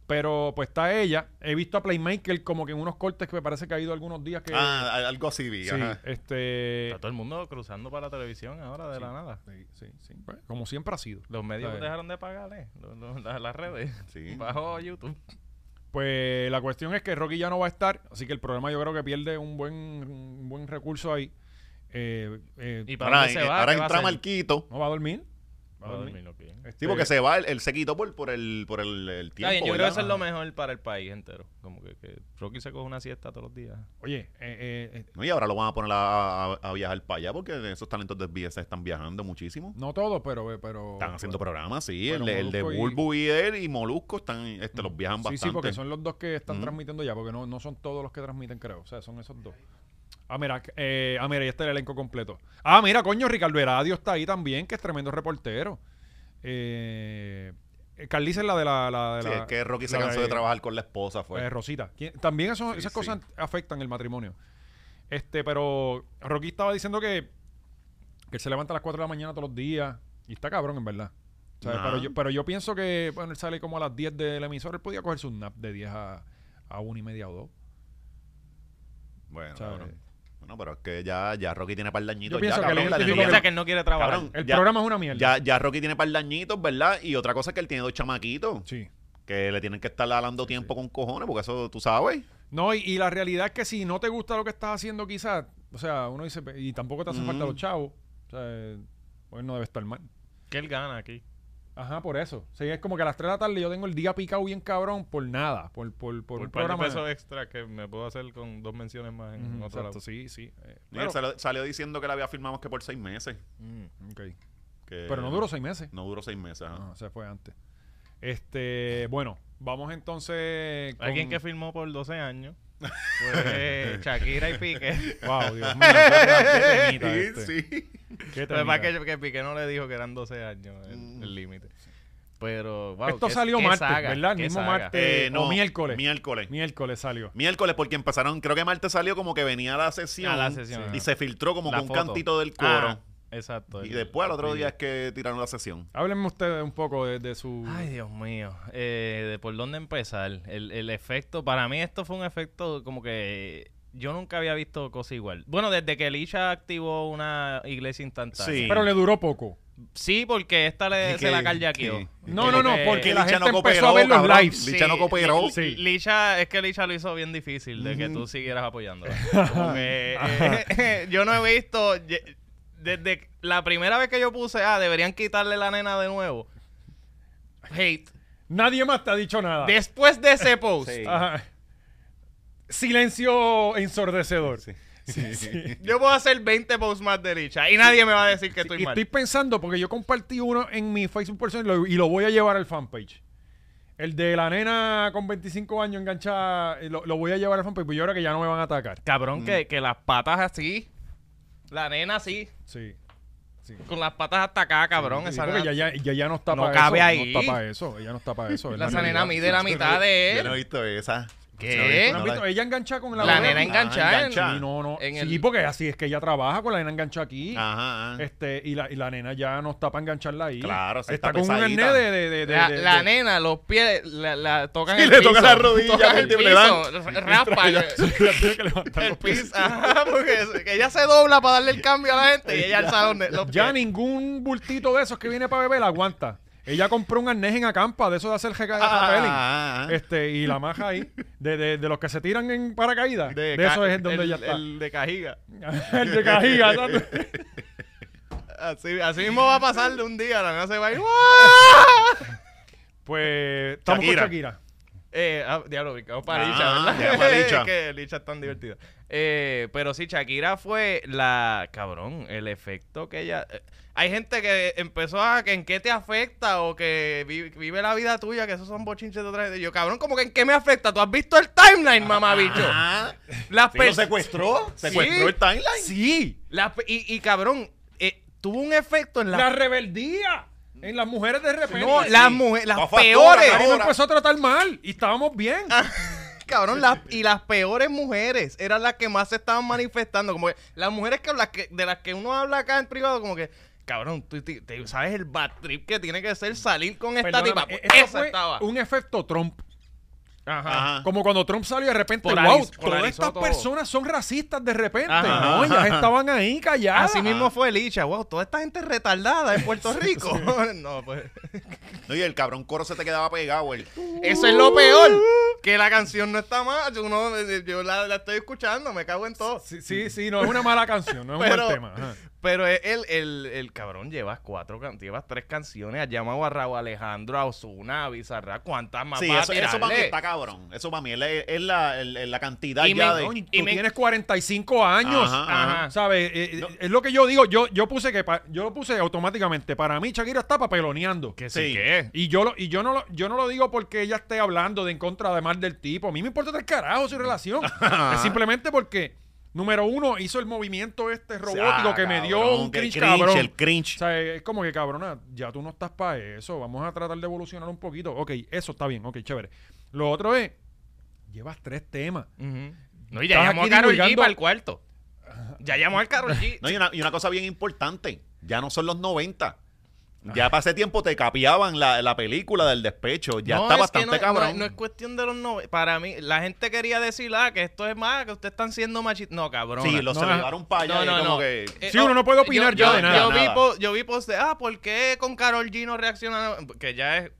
Pero pues está ella. He visto a Playmaker como que en unos cortes que me parece que ha ido algunos días que.
Ah, a- algo así, vi,
sí,
ajá.
este.
Está todo el mundo cruzando para la televisión ahora de la nada.
Sí, sí, sí. Pues, Como siempre ha sido.
Los medios
Está bien.
dejaron de pagar, ¿eh? Los- los- las, las redes.
Sí.
Bajo YouTube.
Pues la cuestión es que Rocky ya no va a estar, así que el programa yo creo que pierde un buen, un buen recurso ahí. Eh, eh,
¿Y para
Ahora,
dónde
eh,
se va?
ahora
¿Qué va a
entra
hacer?
Marquito.
¿No va a dormir?
Va a dormir, ok.
Este,
Sí, porque se va, él, él se quitó por, por el, por el, el tiempo.
Está bien, yo creo
¿verdad?
que eso es lo mejor para el país entero. Como que, que Rocky se coge una siesta todos los días.
Oye, eh, eh, eh,
No, y ahora lo van a poner a, a- a viajar para allá porque esos talentos de BS están viajando muchísimo.
no todo, pero... eh, pero
Están haciendo programas, sí.
Bueno,
el, de- el de
Molusco y- Mm.
Bulbu y él y Molusco están, este, los viajan
Sí,
bastante.
sí, porque son los dos que están
Ujú.
transmitiendo ya, porque no, no son todos los que transmiten, creo. O sea, son esos dos. Ah, mira, eh, ah, mira, ahí está el elenco completo. Ah, mira, coño, Ricardo Heradio está ahí también, que es tremendo reportero. Eh, eh, Carliza es la de la... la de
Sí,
la-
es que Rocky se
la
cansó de
de-
trabajar con la esposa, fue.
Eh, Rosita. ¿Quién- También eso-
Pues, Sí,
esas
sí.
cosas afectan el matrimonio. Este, pero Rocky estaba diciendo que, que él se levanta a las 4 de la mañana todos los días. Y está cabrón, en verdad. O sea,
Nah.
pero, yo, pero yo pienso que, bueno, él sale como a las 10 del emisor. Él podía coger su nap de 10 a, a 1 y media o 2.
bueno,
Chabrón.
eh, bueno, pero es que ya, ya Rocky tiene par de añitos.
Yo pienso
ya,
que
cabrón,
le
la
identifico
nena-
Piensa que él no quiere trabajar.
Cabrón,
El
Ya.
programa es una mierda.
ya, ya Rocky tiene par de añitos, ¿verdad? Y otra cosa es que él tiene dos chamaquitos
Sí.
que le tienen que estar dando tiempo con cojones porque eso tú sabes.
No, y, y la realidad es que si no te gusta lo que estás haciendo, quizás, o sea, uno dice, y tampoco te hacen
Mm.
falta los chavos, o sea, eh, pues no debe estar mal.
Que él gana aquí.
Ajá, por eso. Sí, es como que a las 3 de la tarde yo tengo el día picado bien cabrón por nada, por, por, por,
Por,
un
un par de
programa.
pesos extra que me puedo hacer con dos menciones más en
Ujú,
otro
exacto,
lado.
sí, sí. eh,
Y él salió, salió diciendo que la había firmado más que por seis meses.
Mm.
ok.
que-
Pero no duró seis meses.
No duró seis meses. ajá.
No, se fue antes. Este, bueno, vamos entonces con-
Alguien que firmó por 12 años fue Shakira y Piqué.
Wow, Dios mío. qué temita
Sí,
este,
sí.
qué
Lo que pasa
temita.
es que, que Piqué no le dijo que eran 12 años
Mm.
el el límite. Pero, wow,
Esto
qué-
salió
qué
martes,
saga,
¿verdad? El
qué
mismo
saga.
martes.
Eh,
o
no,
miércoles.
Miércoles.
Miércoles salió.
Miércoles, porque empezaron, creo que martes salió como que venía la sesión.
Ah, la sesión,
Y
ajá.
se filtró como
La
con un
foto.
cantito del
Ah,
coro.
exacto.
y
el-
después al otro
el
día
video.
es que tiraron la sesión.
Háblenme ustedes un poco de, de su...
Ay, Dios mío. Eh, ¿De por dónde empezar? El, el efecto, para mí esto fue un efecto como que yo nunca había visto cosa igual. Bueno, desde que Elisha activó una iglesia instantánea.
Sí.
Pero le duró poco.
Sí, porque esta le,
Eh,
Es
se la
que-
carjaqueó.
sí.
No, no, no,
Porque-
porque la
Licha
gente empezó
no
a
cooperó,
ver los
cabrón.
lives.
Licha no cooperó.
Sí.
Licha, es que Licha lo hizo bien difícil de que tú siguieras apoyándola. Como que, eh, yo no he visto. ye- Desde la primera vez que yo puse, ah, deberían quitarle la nena de nuevo. Hate.
Nadie más te ha dicho nada.
Después de ese post,
Sí.
Ajá. Silencio ensordecedor. Sí, sí.
yo puedo hacer 20 posts más de Licha y nadie me va a decir que estoy
y
mal.
estoy pensando, porque yo compartí uno en mi Facebook personal y lo, y lo voy a llevar al fanpage. El de la nena con 25 años enganchada, eh, lo, lo voy a llevar al fanpage, porque yo ahora que ya no me van a atacar.
Cabrón, que, que las patas así. La nena así.
Sí. sí.
Con las patas hasta acá, cabrón.
Sí,
esa
porque
nena-
ya, ya, ya- ya no está
No
para
cabe
eso.
ahí.
No está para eso. Ella no está para eso. es
La nena
realidad.
mide la mitad de
Yo no he
él.
visto esa.
¿Qué?
No he visto
¿No han
nada.
visto? Ella engancha con la,
La
otra.
nena enganchada. en-
enganchada.
Sí, no, no.
En
sí,
el- Ah.
porque así es que ella trabaja con la nena enganchada aquí.
Ajá. ajá.
Este, y la, y la nena ya no está para engancharla ahí.
Claro, sí,
está,
está
con un
pesadita.
arnés de, de, de- de-
La,
de-
la
de-
nena, los pies, la, la tocan
Sí,
el
le
piso.
tocan la rodilla,
tocan el
le
piso,
dan.
r- raspa
Ella-
el,
tiene que levantar los pies.
piso. Ajá, porque es- que ella se dobla para darle el cambio a la gente y ella al salón de los
Ya
pies.
ningún bultito de esos que viene para beber la aguanta. Ella compró un arnés en acampa, de eso de hacer reca-
Ah,
rappelling.
ah, ah.
Este, y la maja ahí, de, de, de los que se tiran en paracaídas. De,
ca-
eso es donde
el,
ella está. El,
el de cajiga.
de cajiga. exacto.
Así, así mismo va a pasar de un día, la nena se va a ir.
Pues estamos
Shakira.
con Shakira.
Eh, ah, diablo, brincamos para
Ah,
Licha, ¿verdad?
ya, para Licha.
Es que Licha es tan divertida. Eh, pero sí, Shakira fue la. Cabrón, el efecto que ella. eh, hay gente que empezó a que en qué te afecta o que vi- vive, la vida tuya, que esos son bochinches de otra gente. Y Yo, cabrón, como que en qué me afecta? ¿Tú has visto el timeline, mamabicho?
Ah,
Las
sí, lo
personas
secuestró. Secuestró el timeline.
Sí. Las pe- y, y, cabrón, eh, tuvo un efecto en las
La rebeldía en las mujeres de repente.
No, las mujeres, las
Las
peores.
A mí me
ahora.
empezó a tratar mal y estábamos bien.
Cabrón, las, y las peores mujeres eran las que más se estaban manifestando. Como que las mujeres que, las que- de las que uno habla acá en privado, como que, cabrón, tú tú- tú sabes el bad trip que tiene que ser salir con esta
Perdóname,
tipa. Pues,
eh, eso
esa
fue
estaba.
un Ah. efecto Trump.
Ajá.
Como cuando Trump salió de repente,
Polariz-
wow, todas
polarizó
estas
todo.
personas son racistas de repente.
Ajá.
No, ellas estaban ahí calladas.
Así mismo fue Licha, wow, toda esta gente retardada en Puerto Rico. no, pues.
No, y el cabrón coro se te quedaba pegado. El...
Eso es lo peor. Que la canción no está mal. Uno, yo la, la estoy escuchando, me cago en todo.
Sí, sí, sí, no es una mala canción, no es un
Pero-
buen tema. ajá.
Pero e, el, el, el, el cabrón llevas cuatro can- llevas tres canciones, ha llamado a Raúl Alejandro, a Osuna, a Bizarra, cuántas más
Sí,
va a
eso, eso para mí
tirarle?
está cabrón. Eso para mí es la, es la, el- la cantidad
Y
ya
me-
de.
Coño,
y
tú
me-
tienes 45 años.
Ajá,
ajá.
¿Sabes? Eh, eh, Es lo que yo digo. Yo, yo puse que pa- yo puse automáticamente. Para mí, Shakira está papeloneando.
Que
Sí.
sí, que
Y yo, lo, y yo no lo, yo no lo digo porque ella esté hablando de en contra de mal del tipo. A mí me importa tres carajos su relación. es simplemente porque, número uno, hizo el movimiento este robótico
Ah,
que me dio
cabrón,
un
que el
cringe, cabrón.
El
O
cringe.
sea, es como que, cabrona, ya tú no estás para eso. Vamos a tratar de evolucionar un poquito. Ok, eso está bien. Ok, chévere. Lo otro es, llevas tres temas.
Ujú. No, y ya
Estás
llamó a
aquí
Karol G
divulgando-
para el cuarto. Ya llamó al Karol G.
No, y, una, y una cosa bien importante, ya no son los 90. Ya para ese tiempo te capiaban la, la película del despecho. Ya
No,
está
es que
bastante
no-
cabrón.
No, no es cuestión de los noven- Para mí, la gente quería decir, ah, que esto es más, que ustedes están siendo machistas. No, cabrón.
sí, los
No,
se
no.
llevaron para allá y como que.
Eh,
Sí, uno no puede opinar
ya de nada,
Yo vi,
nada.
po- yo vi post de, ah, ¿por qué con Carol G no reacciona? Que ya es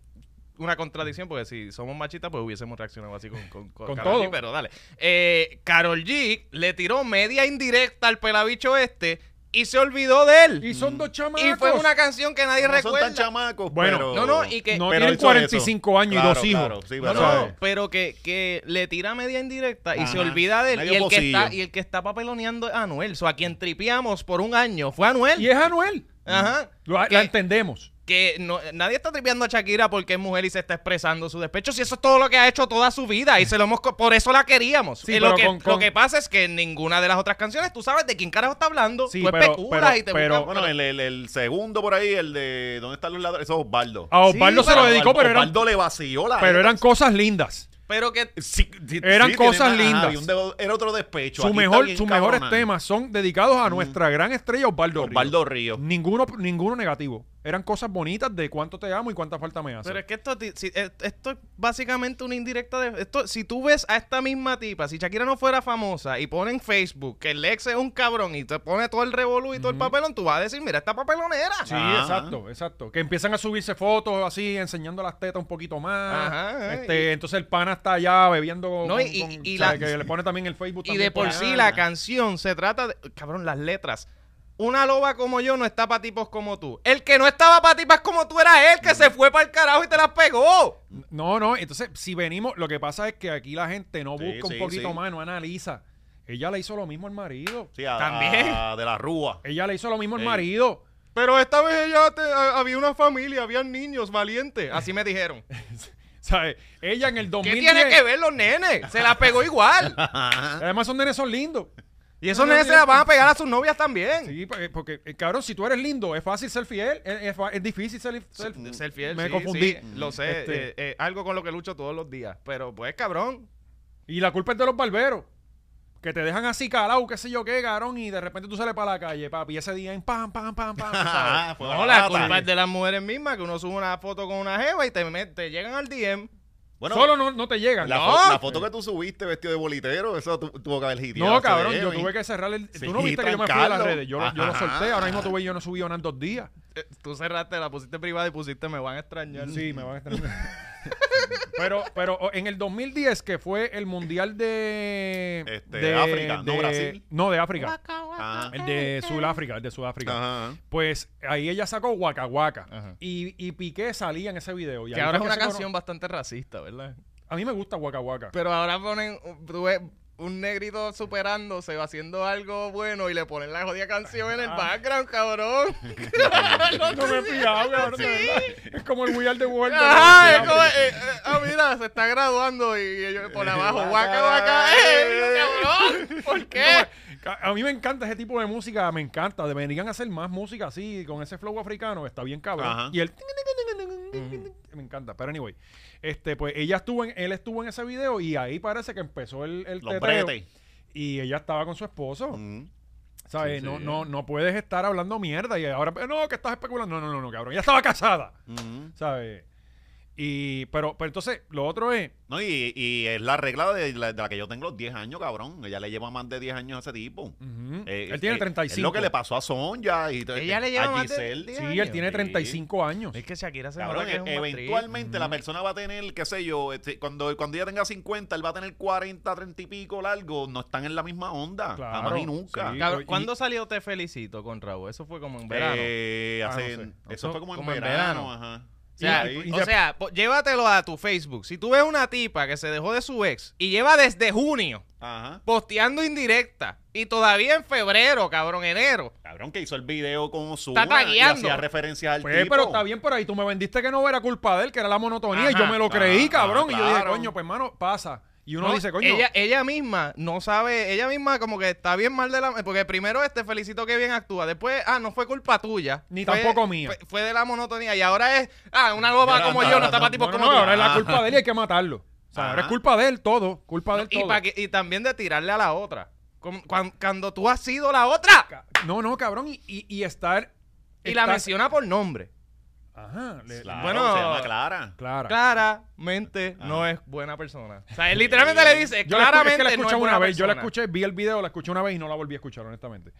una contradicción, porque si somos machistas, pues hubiésemos reaccionado así con, con,
Con
Karol
todo.
G, pero dale. Eh, Carol G le tiró media indirecta al pelabicho este y se olvidó de él.
Y son dos chamacos.
Y fue una canción que nadie
no son
recuerda.
tan chamacos.
Bueno,
pero-
no, no, y que-
No
pero
tienen
hizo
45
eso.
años y
Claro,
dos hijos.
claro, sí,
No,
pero-
¿sabes?
no, pero que, que le tira media indirecta y se
Ajá.
olvida de él.
Medio
Y el, que
pocillo.
está, y el que está papeloneando es Anuel. O sea, a quien tripiamos por un año fue Anuel.
Y es Anuel.
Ajá.
Lo-
Que-
la entendemos.
que no- nadie está tripeando a Shakira porque es mujer y se está expresando su despecho. Si eso es todo lo que ha hecho toda su vida y se lo hemos co- por eso la queríamos.
Sí,
Eh, lo,
pero
que,
con- con-
lo que pasa es que en ninguna de las otras canciones tú sabes de quién carajo está hablando.
Sí,
tú
pero-
especulas
pero-
y te
pero-
buscas-
Bueno, el, el- el segundo por ahí, el de ¿Dónde están los ladrones? Eso es Osvaldo.
A Osvaldo
Sí,
se lo
Osvaldo-
dedicó, Ah, pero eran,
Osvaldo le vació la.
pero eran cosas lindas.
pero que
Sí, sí,
eran
sí,
cosas
tiene una- ajá,
lindas.
y un dedo- era otro despecho.
Su
Aquí está
mejor,
bien
sus mejores
cabrona.
temas son dedicados
Mm.
a nuestra gran estrella Osvaldo Ríos.
Osvaldo Río.
Ninguno, ninguno negativo. Eran cosas bonitas de cuánto te amo y cuánta falta me hace.
Pero es que esto, ti- si- eh, esto es básicamente una indirecta de... Esto, si tú ves a esta misma tipa, si Shakira no fuera famosa y pone en Facebook que el ex es un cabrón y te pone todo el revolú y todo el papelón, tú vas a decir, mira, esta papelonera.
Sí,
Ajá.
exacto, exacto. Que empiezan a subirse fotos así, enseñando las tetas un poquito más.
Ajá,
Este, entonces el pana está allá bebiendo.
No,
con-
y-
con-
y
o sea,
la-
que le pone también el Facebook.
Y
también
de por
allá.
sí la canción se trata de... Cabrón, las letras. Una loba como yo no está para tipos como tú. El que no estaba para tipas como tú era él, que se fue para el carajo y te las pegó.
No, no, entonces si venimos, lo que pasa es que aquí la gente no
Sí,
busca
sí,
un poquito
sí.
más, no analiza. Ella le hizo lo mismo al marido.
Sí, a-
También.
a- de la Rúa.
Ella le hizo lo mismo al
Ey.
marido.
Pero esta vez ella había una familia, habían niños valientes. Así me dijeron.
¿Sabes? Ella en el
¿Qué
2010.
tiene que ver los nenes? Se la pegó igual.
Además, son nenes son lindos.
Y esos nenes se la van a pegar a sus novias también.
Sí, porque, porque, eh, cabrón, si tú eres lindo, es fácil ser fiel. Es, es fa- es difícil ser, ser-
Ser fiel,
Me
sí,
confundí.
sí, lo sé,
Este-
eh, eh, algo con lo que lucho todos los días. Pero pues, cabrón,
Y la culpa es de los barberos. Que te dejan así calado, qué sé yo qué, cabrón, y de repente tú sales para la calle, papi, y ese día en pam, pam, pam, pam. tú sabes.
Ajá, fue
no, la
barata.
culpa es de las mujeres mismas que uno sube una foto con una jeva y te, met- te llegan al DM.
Bueno,
Solo no, no te llegan.
La,
no,
fo- la foto que tú subiste vestido de bolitero, eso tu- tuvo que haber hitiado.
No, cabrón, yo tuve que cerrar el...
Sí,
tú no viste que yo me fui de las
trancarlo.
redes, yo, lo- yo lo
Ajá.
solté, ahora mismo tuve yo no subí nada en dos días.
Eh, Tú cerraste, la pusiste privada y pusiste me van a extrañar.
Sí, me van a extrañar. pero, pero o, en el 2010, que fue el mundial de...
Este, África, no Brasil.
No, de África.
Ah.
El de Sudáfrica, el de Sudáfrica.
Ajá.
Pues ahí ella sacó Waka Waka.
Ajá.
Y, y Piqué salía en ese video. Y
Que
ahí
ahora es
fue
una
se cono-
canción bastante racista, ¿verdad?
A mí me gusta Waka Waka.
Pero ahora ponen, tú ves, un negrito superándose o haciendo algo bueno y le ponen la jodida canción en el background, cabrón.
No me he pillado, cabrón, de verdad. Es como el We Are the World. de
Ajá,
los
es como,
Beatles.
eh, eh, ah, mira, se está graduando y ellos por abajo, guaca, guaca, eh, cabrón, ¿por qué?
Ca- A mí me encanta ese tipo de música, me encanta. Deberían hacer más música así, con ese flow africano, está bien cabrón.
Ajá.
Y el... Me encanta, pero anyway. Este, pues ella estuvo en, él estuvo en ese video y ahí parece que empezó el, el
Los
teteo.
bretes.
Y ella estaba con su esposo.
Mm.
¿Sabes?
Sí,
no,
sí.
no, no puedes estar hablando mierda y ahora, no, que estás especulando. No, no, no, no, cabrón. Ella estaba casada.
Mm.
¿Sabes? Y, pero, pero entonces, lo otro es,
No, y, y es la regla de la, de la que yo tengo los 10 años, cabrón. Ella le lleva más de 10 años a ese tipo.
ujú,
Eh,
Mm. él tiene
eh,
35.
Es lo que le pasó a Sonja y este,
Ella le lleva
a
más de-
Giselle.
Sí,
años.
él tiene 35 años.
Es que Shakira se
Cabrón, e-
nota que es un
eventualmente la persona va a tener, qué sé yo, este, cuando, cuando ella tenga 50, él va a tener 40, 30 y pico largo, no están en la misma onda,
Claro,
jamás y nunca.
sí.
Cabrón,
Y-
¿cuándo salió Te Felicito con Raúl? Eso fue como en verano.
Eh,
Ah,
hace-
no sé.
Eso
No,
fue como en
como en
verano,
verano.
ajá.
O sea,
Sí, ahí.
y-
o sea, po- llévatelo a tu Facebook. Si tú ves una tipa que se dejó de su ex y lleva desde junio
Ajá.
posteando indirecta y todavía en febrero, cabrón, enero.
Cabrón, que hizo el video con Ozuna
Está tagueando.
y hacía referencias al
Pues,
tipo.
pero está bien por ahí. Tú me vendiste que no era culpa de él, que era la monotonía. y
Ajá.
yo me lo creí,
Ajá,
cabrón. Y yo dije,
claro.
coño, pues, hermano, pasa. Y uno
No,
dice, coño.
Ella, ella misma no sabe, ella misma como que está bien mal de la... Porque primero este felicito que bien actúa, después, ah, no fue culpa tuya.
Ni
Fue-
tampoco mía.
Fue, fue de la monotonía y ahora es, ah, una loba
Ya,
como
ya,
yo, Ah.
ya,
no está
no,
para tipos
no, no,
como
no,
tú.
ahora es la
Ajá.
culpa de él y hay que matarlo. O sea, ahora es
Ajá.
culpa de él todo. Culpa de él
y,
todo.
pa' que- y también de tirarle a la otra. Como- cuan- cuando tú has sido la otra.
Ca- No, no, cabrón. Y, y, y estar.
Y la
estar-
menciona por nombre.
Ajá. le-
Claro,
Bueno,
se llama Clara.
Clara.
Claramente
Ah.
no es buena persona. O sea, él literalmente le dice,
Yo la escu- es
claramente
que la
no
escuché
es buena
una vez. Yo la
persona".
escuché, vi el video, la escuché una vez y no la volví a escuchar, honestamente.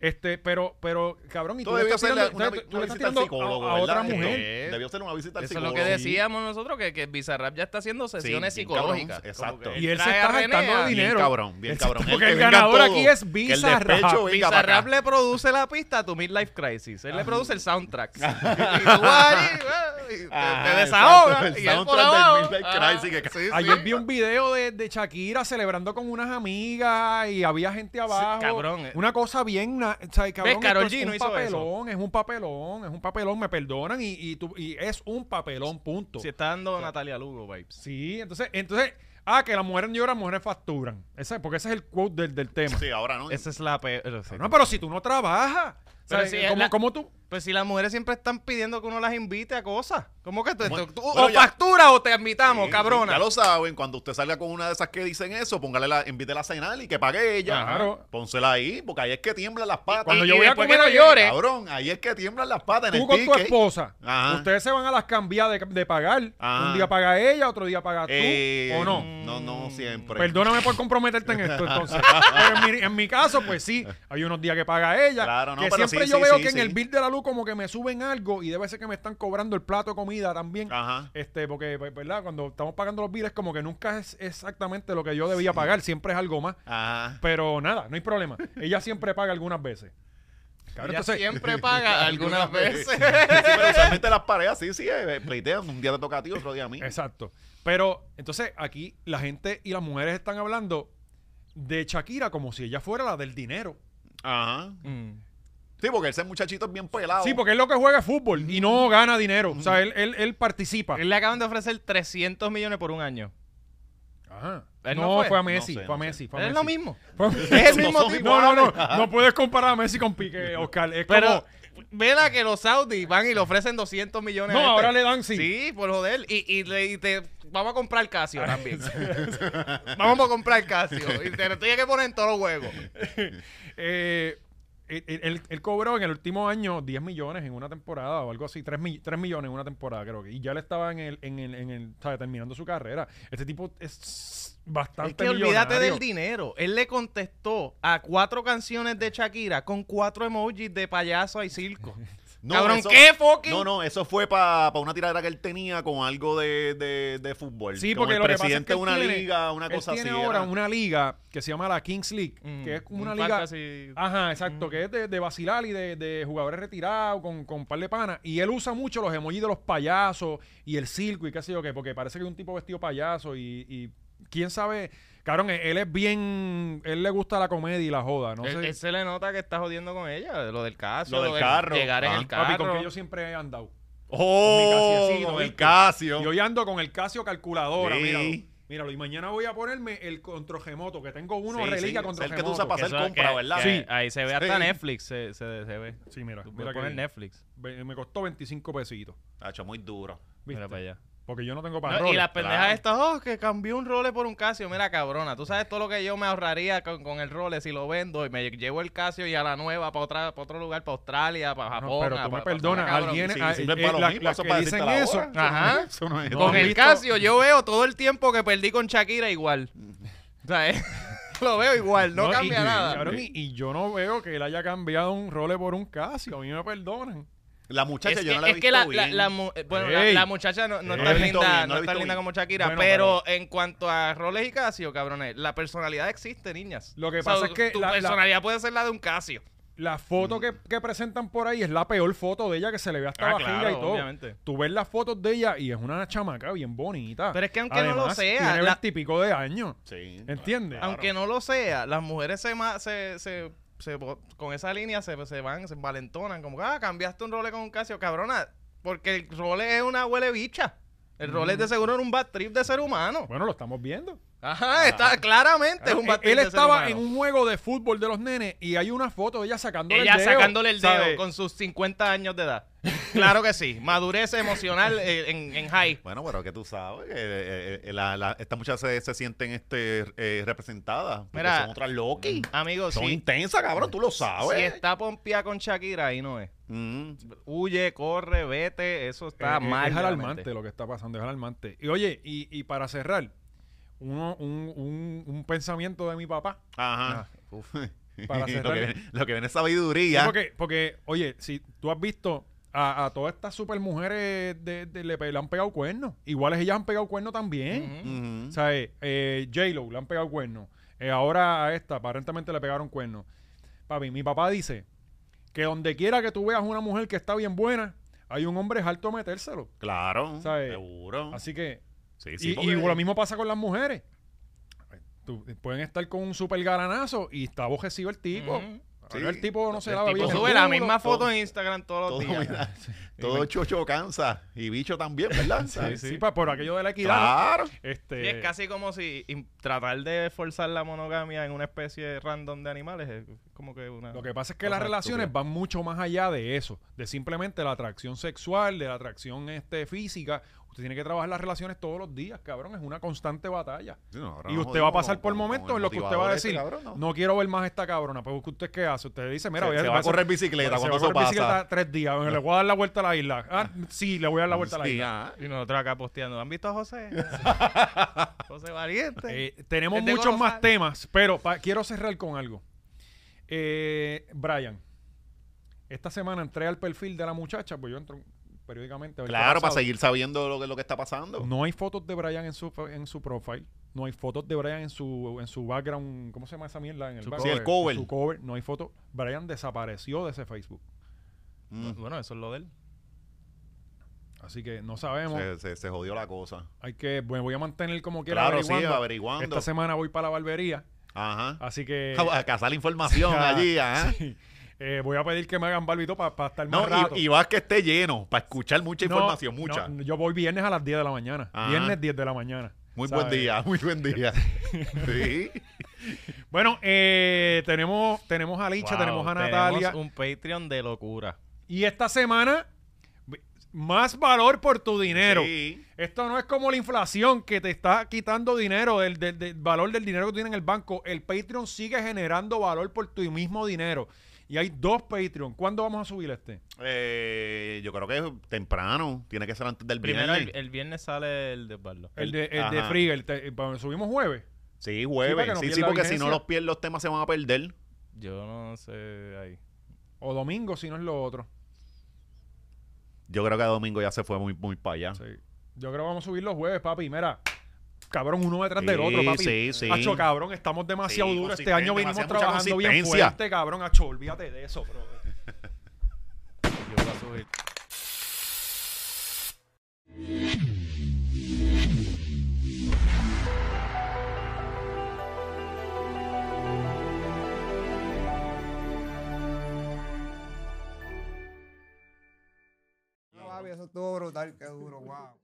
Este, pero, pero, cabrón, y tú,
Tú
le
debió
estás
hacerle
tirando,
una,
tú le-
vi-
tú
una
le estás
visita al
tirando
psicólogo,
a, a otra
¿verdad? Este, Esto,
mujer.
Debió hacerle una visita al
Eso es
psicólogo.
lo que
Sí.
decíamos nosotros, que, que Bizarrap ya está haciendo sesiones
bien cabrón,
psicológicas.
exacto.
Como que
Y él se
trae
está
a René
gastando
a-
dinero.
Bien cabrón, bien
Él-
cabrón.
porque
que
el
venga
ganador
todo,
aquí es
que el
Bizarrap.
despecho venga para
Bizarrap
acá.
le produce la pista a tu Midlife Crisis. Él le produce el soundtrack. y tú ahí, eh, y te, te
Ajá,
desahogas.
Ah, exacto, el
y él por
soundtrack del
abajo.
Midlife
Ah,
Crisis que-
sí, sí.
Ayer vi un video de, de Shakira celebrando con unas amigas y había gente abajo.
cabrón, eh.
Una cosa bien. na- o sea, cabrón,
Karol
esto
G
es
no
un
hizo eso.
papelón, es un papelón, es un papelón, me perdonan y, y, tú- y es un papelón, punto.
Si está dando Natalia Lugo, vibes.
Sí, entonces, entonces, ah, que las mujeres lloran, las mujeres facturan. Ese- porque ese es el quote del, del
Ah.
tema.
Sí, ahora no.
Esa es la peor.
No, pero si tú no trabajas,
Pero
¿sabes?
si es
¿Cómo,
la-
cómo tú?
Pues si las mujeres siempre están pidiendo que uno las invite a cosas. ¿Cómo que tú,
Bueno,
tú-
bueno,
o
ya-
facturas o te invitamos,
Sí,
cabrona?
Ya lo saben, cuando usted salga con una de esas que dicen eso, póngale la, invítela a cenar y que pague ella.
Claro.
Pónsela ahí, porque ahí es que tiemblan las patas.
cuando
y,
yo
y
voy a
después
comer
que no
ayer-
llores.
Cabrón, ahí es que tiemblan las patas en
Tú
el
con tu
ticket.
esposa,
Ajá.
ustedes se van a las cambias de, de pagar.
Ajá.
Un día paga ella, otro día paga tú,
Eh,
¿o no?
No, no, siempre.
Perdóname por comprometerte en esto, entonces. Pero en mi, en mi caso, pues sí, hay unos días que paga ella.
Claro, no,
que
pero
siempre
sí,
yo
sí,
veo
sí,
que
sí.
en el bill de la luz como que me suben algo y debe ser que me están cobrando el plato de comida también.
Ajá.
Este, porque, pues, ¿verdad? Cuando estamos pagando los bills, como que nunca es exactamente lo que yo debía pagar, siempre es algo más.
Ajá.
Pero nada, no hay problema. Ella siempre paga algunas veces. Cabrón,
Ella
entonces,
siempre paga algunas veces.
Sí, pero usualmente las parejas sí, sí, eh, pleitean. Un día te toca a ti, otro día a mí.
Exacto. Pero entonces aquí la gente y las mujeres están hablando de Shakira como si ella fuera la del dinero.
Ajá.
Mm.
Sí, porque ese muchachito es bien pelado.
Sí, porque él lo que juega es fútbol y no gana dinero. O sea, él, él, él participa.
Él le acaban de ofrecer 300 millones por un año.
Ajá.
Él
no,
no fue.
fue. a Messi,
No sé,
fue a
no sé.
Messi. fue a
Es
Messi.
lo mismo.
Fue a-
Es el mismo
son
tipo.
No, no, no.
iguales.
No puedes comparar a Messi con Piqué, Oscar. Es
Pero
como...
vela que los saudis van y le ofrecen 200 millones.
No,
a este.
ahora le dan sí.
Sí, por joder. Y, y, le- y te vamos a comprar Casio también. vamos a comprar Casio. Y te lo tienes que poner en todos los juegos.
Eh, él, él- él cobró en el último año 10 millones en una temporada o algo así, 3, millones en una temporada, creo que. Y ya le estaba en el, en el, en el- ¿sabes? terminando su carrera. Este tipo es
Es
bastante.
que olvídate
millonario.
del dinero. Él le contestó a cuatro canciones de Shakira con cuatro emojis de payaso y circo.
No,
Cabrón,
eso-
¿qué fucking?
No, no, eso fue para una tiradera que él tenía con algo de, de, de fútbol.
Sí,
Con
porque
el
lo que pasa es
presidente
que
de una
él tiene-
liga, una
él
cosa
tiene
así.
ahora
era.
una liga que se llama la Kings League,
Mm,
que es como una
un
liga.
fantasy.
Ajá, exacto, que es de, de vacilar y de, de jugadores retirados con, con par de panas. Y él usa mucho los emojis de los payasos y el circo y qué sé yo qué, porque parece que es un tipo vestido payaso y, y quién sabe. Cabrón, e-, él él es bien. Él le gusta la comedia y la joda, no
él,
sé.
él se Eh, le nota que está jodiendo con ella, lo del caso.
Lo del carro.
Llegar en
Ah.
el
Papi,
carro.
con que yo siempre he andado.
¡Oh!
Con mi Casiecito,
Con el
¿viste?
Casio.
Y hoy ando con el Casio calculadora,
Sí.
míralo. Míralo. Y mañana voy a ponerme el controgemoto, que tengo uno
Sí,
reliquia
sí,
contra
es el que tú usas para hacer
Eso es
compra,
que-
¿verdad?
que
Sí.
Ahí se ve hasta
Sí.
Netflix, se, se, se ve.
Sí, mira.
Tú
mira
puedes
que
poner Netflix.
ve- me costó 25 pesitos.
Hacho, muy duro.
¿viste?
Mira para allá.
Porque yo no tengo
No,
para
y las pendejas
claro.
estas, oh, que cambió un role por un Casio. Mira, cabrona, tú sabes todo lo que yo me ahorraría con, con el role si lo vendo y me llevo el Casio y a la nueva para otra pa' otro lugar, para Australia, para
Ah, No,
Japón.
pero
a-
tú me
ah, pa- pa-
perdonas,
cabrón.
alguien
Sí,
ah,
siempre
eh,
es para lo
la-
mismo,
las
eso
que
para
dicen
decirte la
eso.
hora.
Ajá.
Eso no es.
Con
¿No has
el
visto?
Casio yo veo todo el tiempo que perdí con Shakira igual. O sea, eh, lo veo igual, no,
y-
cambia
y-
nada.
cabrón, y, y yo no veo que él haya cambiado un role por un Casio. A mí me perdonan.
La muchacha
es
yo
que,
no la he
es que
visto
la, la-
bien.
la mu- eh, bueno, la-
Ey.
la muchacha no, no
Ey.
está
No la he visto
linda,
bien, no la
no
he
está
visto
linda
bien.
como Shakira,
Bueno,
pero, en cuanto a roles y Casio, cabrones, la personalidad existe, niñas.
Lo que pasa es que
tu
la- la-
personalidad puede ser la de un Casio.
La foto que, que presentan por ahí es la peor foto de ella que se le ve hasta
Ah,
vajilla
claro,
y todo.
obviamente.
Tú ves las fotos de ella y es una chamaca bien bonita.
Pero es que aunque no lo
Además,
sea,
Tiene
la-
veintipico de años.
Sí.
¿Entiendes?
Claro.
Aunque no lo sea, las mujeres se, ma- se, eh, se, se po- con esa línea se, se van, se valentonan, como, ah, cambiaste un role con un Casio, cabrona, porque el role es una huele bicha. El role es de seguro era un bad trip de ser humano.
Bueno, lo estamos viendo.
Ajá, está claramente Este es un
Él,
bad trip de ser
estaba
humano.
en un juego de fútbol de los nenes y hay una foto de ella sacándole
Ella
el dedo.
sacándole el dedo
¿sabes?
con sus 50 años de edad. Claro que sí. Madurez emocional eh, en, en high.
Bueno, pero que tú sabes, eh, eh, eh, la- la- estas muchachas se, se sienten este, eh, representadas. porque
Mira,
son otras Loki.
Amigos,
Son
si,
intensas, cabrón, tú lo
si
sabes.
está pompeada con Shakira, ahí no es.
Mm.
Huye, corre, vete. Eso
Eh,
está
eh,
mal.
Es
realmente.
alarmante lo que está pasando, es alarmante. Y oye, y, y para cerrar, uno, un, un- un pensamiento de mi papá. Ah,
Ajá.
Para cerrar.
lo, que viene, lo que viene es
Sí,
sabiduría.
Porque, porque, oye, si tú has visto a, a todas estas super mujeres le, pe- le han pegado cuernos, iguales ellas han pegado cuernos también.
Ujú.
Ujú.
O sea, eh, eh, J-Lo le han pegado cuerno. Eh, ahora a esta, aparentemente le pegaron cuerno. Papi, mi papá dice que donde quiera que tú veas una mujer que está bien buena, hay un hombre alto a metérselo.
Claro,
¿Sabes?
seguro.
Así que,
Sí, sí,
y,
porque-
y lo mismo pasa con las mujeres. Tú- pueden estar con un super galanazo y está abojecido el tipo.
Ujú.
Ahora
Sí.
el tipo no se
El
lava
tipo
bien.
Pues
el
sube la
culo.
misma
todo-
foto en Instagram todos
todo,
los días.
mira, todo chocho cansa y bicho también, ¿verdad?
Sí,
¿Sabes?
sí, pa- por aquello de la equidad. ¿no?
Claro.
Este,
Y es casi como si im- tratar de forzar la monogamia en una especie random de animales es como que una...
Lo que pasa es que
Cosa
las relaciones
estúpida.
van mucho más allá de eso, de simplemente la atracción sexual, de la atracción este, física. Usted tiene que trabajar las relaciones todos los días, cabrón. Es una constante batalla.
Sí, no, ahora
Y
nos
usted va a
jodimos
pasar
con-
por
con- con
momentos
el
en los que usted va a
motivador este,
decir,
cabrón,
no.
¿no?
quiero ver más a esta cabrona. Pero ¿usted qué hace? Usted le dice, mira,
Se-
voy
se va a correr bicicleta
Se va
cuando
a correr
eso
bicicleta
pasa.
tres días. bueno, Le voy a dar la vuelta a la isla. Ah, sí, le voy a dar la vuelta a la
Sí,
isla.
ah.
Y nosotros acá posteando. ¿Han visto a José? José Valiente.
Eh, tenemos
Este, El de
muchos más
González.
temas, pero pa- quiero cerrar con algo. Eh, Brian, esta semana entré al perfil de la muchacha, pues yo entro periódicamente. a ver qué
Claro,
ha
para
pasado.
seguir sabiendo lo que, lo que está pasando.
No hay fotos de Brian en su, en su profile. No hay fotos de Brian en su, en su background. ¿Cómo se llama esa mierda? En el
Su
background.
Sí, el cover.
Su cover. No hay fotos. Brian desapareció de ese Facebook.
Mm.
Bueno, eso es lo de él.
Así que no sabemos.
Se, se- se jodió la cosa.
Hay que, bueno, voy a mantener como quiera.
Claro, sí,
averiguando.
averiguando.
Esta semana voy para la barbería.
Ajá.
Así que.
A, a cazar información
Ah,
allí, ajá.
eh, sí. Eh, voy a pedir que me hagan barbito para estar
No,
más rato.
y, y vas que esté lleno para escuchar mucha
No,
información,
no,
mucha.
yo voy viernes a las 10 de la mañana.
Ajá.
Viernes 10 de la mañana.
muy
¿sabes?
buen día, muy buen día. sí.
Bueno, eh, tenemos, tenemos a Licha,
Wow,
tenemos a Natalia.
un Patreon de locura.
Y esta semana, más valor por tu dinero.
Sí.
Esto no es como la inflación que te está quitando dinero, del, del- del valor del dinero que tienes en el banco. El Patreon sigue generando valor por tu mismo dinero. Y hay dos Patreon. ¿Cuándo vamos a subir este?
Eh, yo creo que es temprano. Tiene que ser antes del
Primero,
viernes.
el, el viernes sale el de Osvaldo.
El
El-
de, el de
ajá.
Frigger. te- eh, subimos jueves.
Sí,
Sí, para que
jueves.
no
Sí, sí,
pierda
porque si
vigencia.
no los pierdes, los temas se van a perder.
Yo no sé ahí.
O domingo, si no es lo otro.
Yo creo que domingo ya se fue muy, muy para allá.
Sí. Yo creo que vamos a subir los jueves, papi. Mira, cabrón, uno detrás del
Sí,
otro, papi.
sí, sí.
Hacho, cabrón, estamos demasiado
Sí,
duros. Este
consistente,
año venimos
demasiada- mucha
trabajando bien
consistencia.
fuerte, cabrón. Hacho, olvídate de eso, bro.
Yo voy a subir.
brutal, qué duro, wow.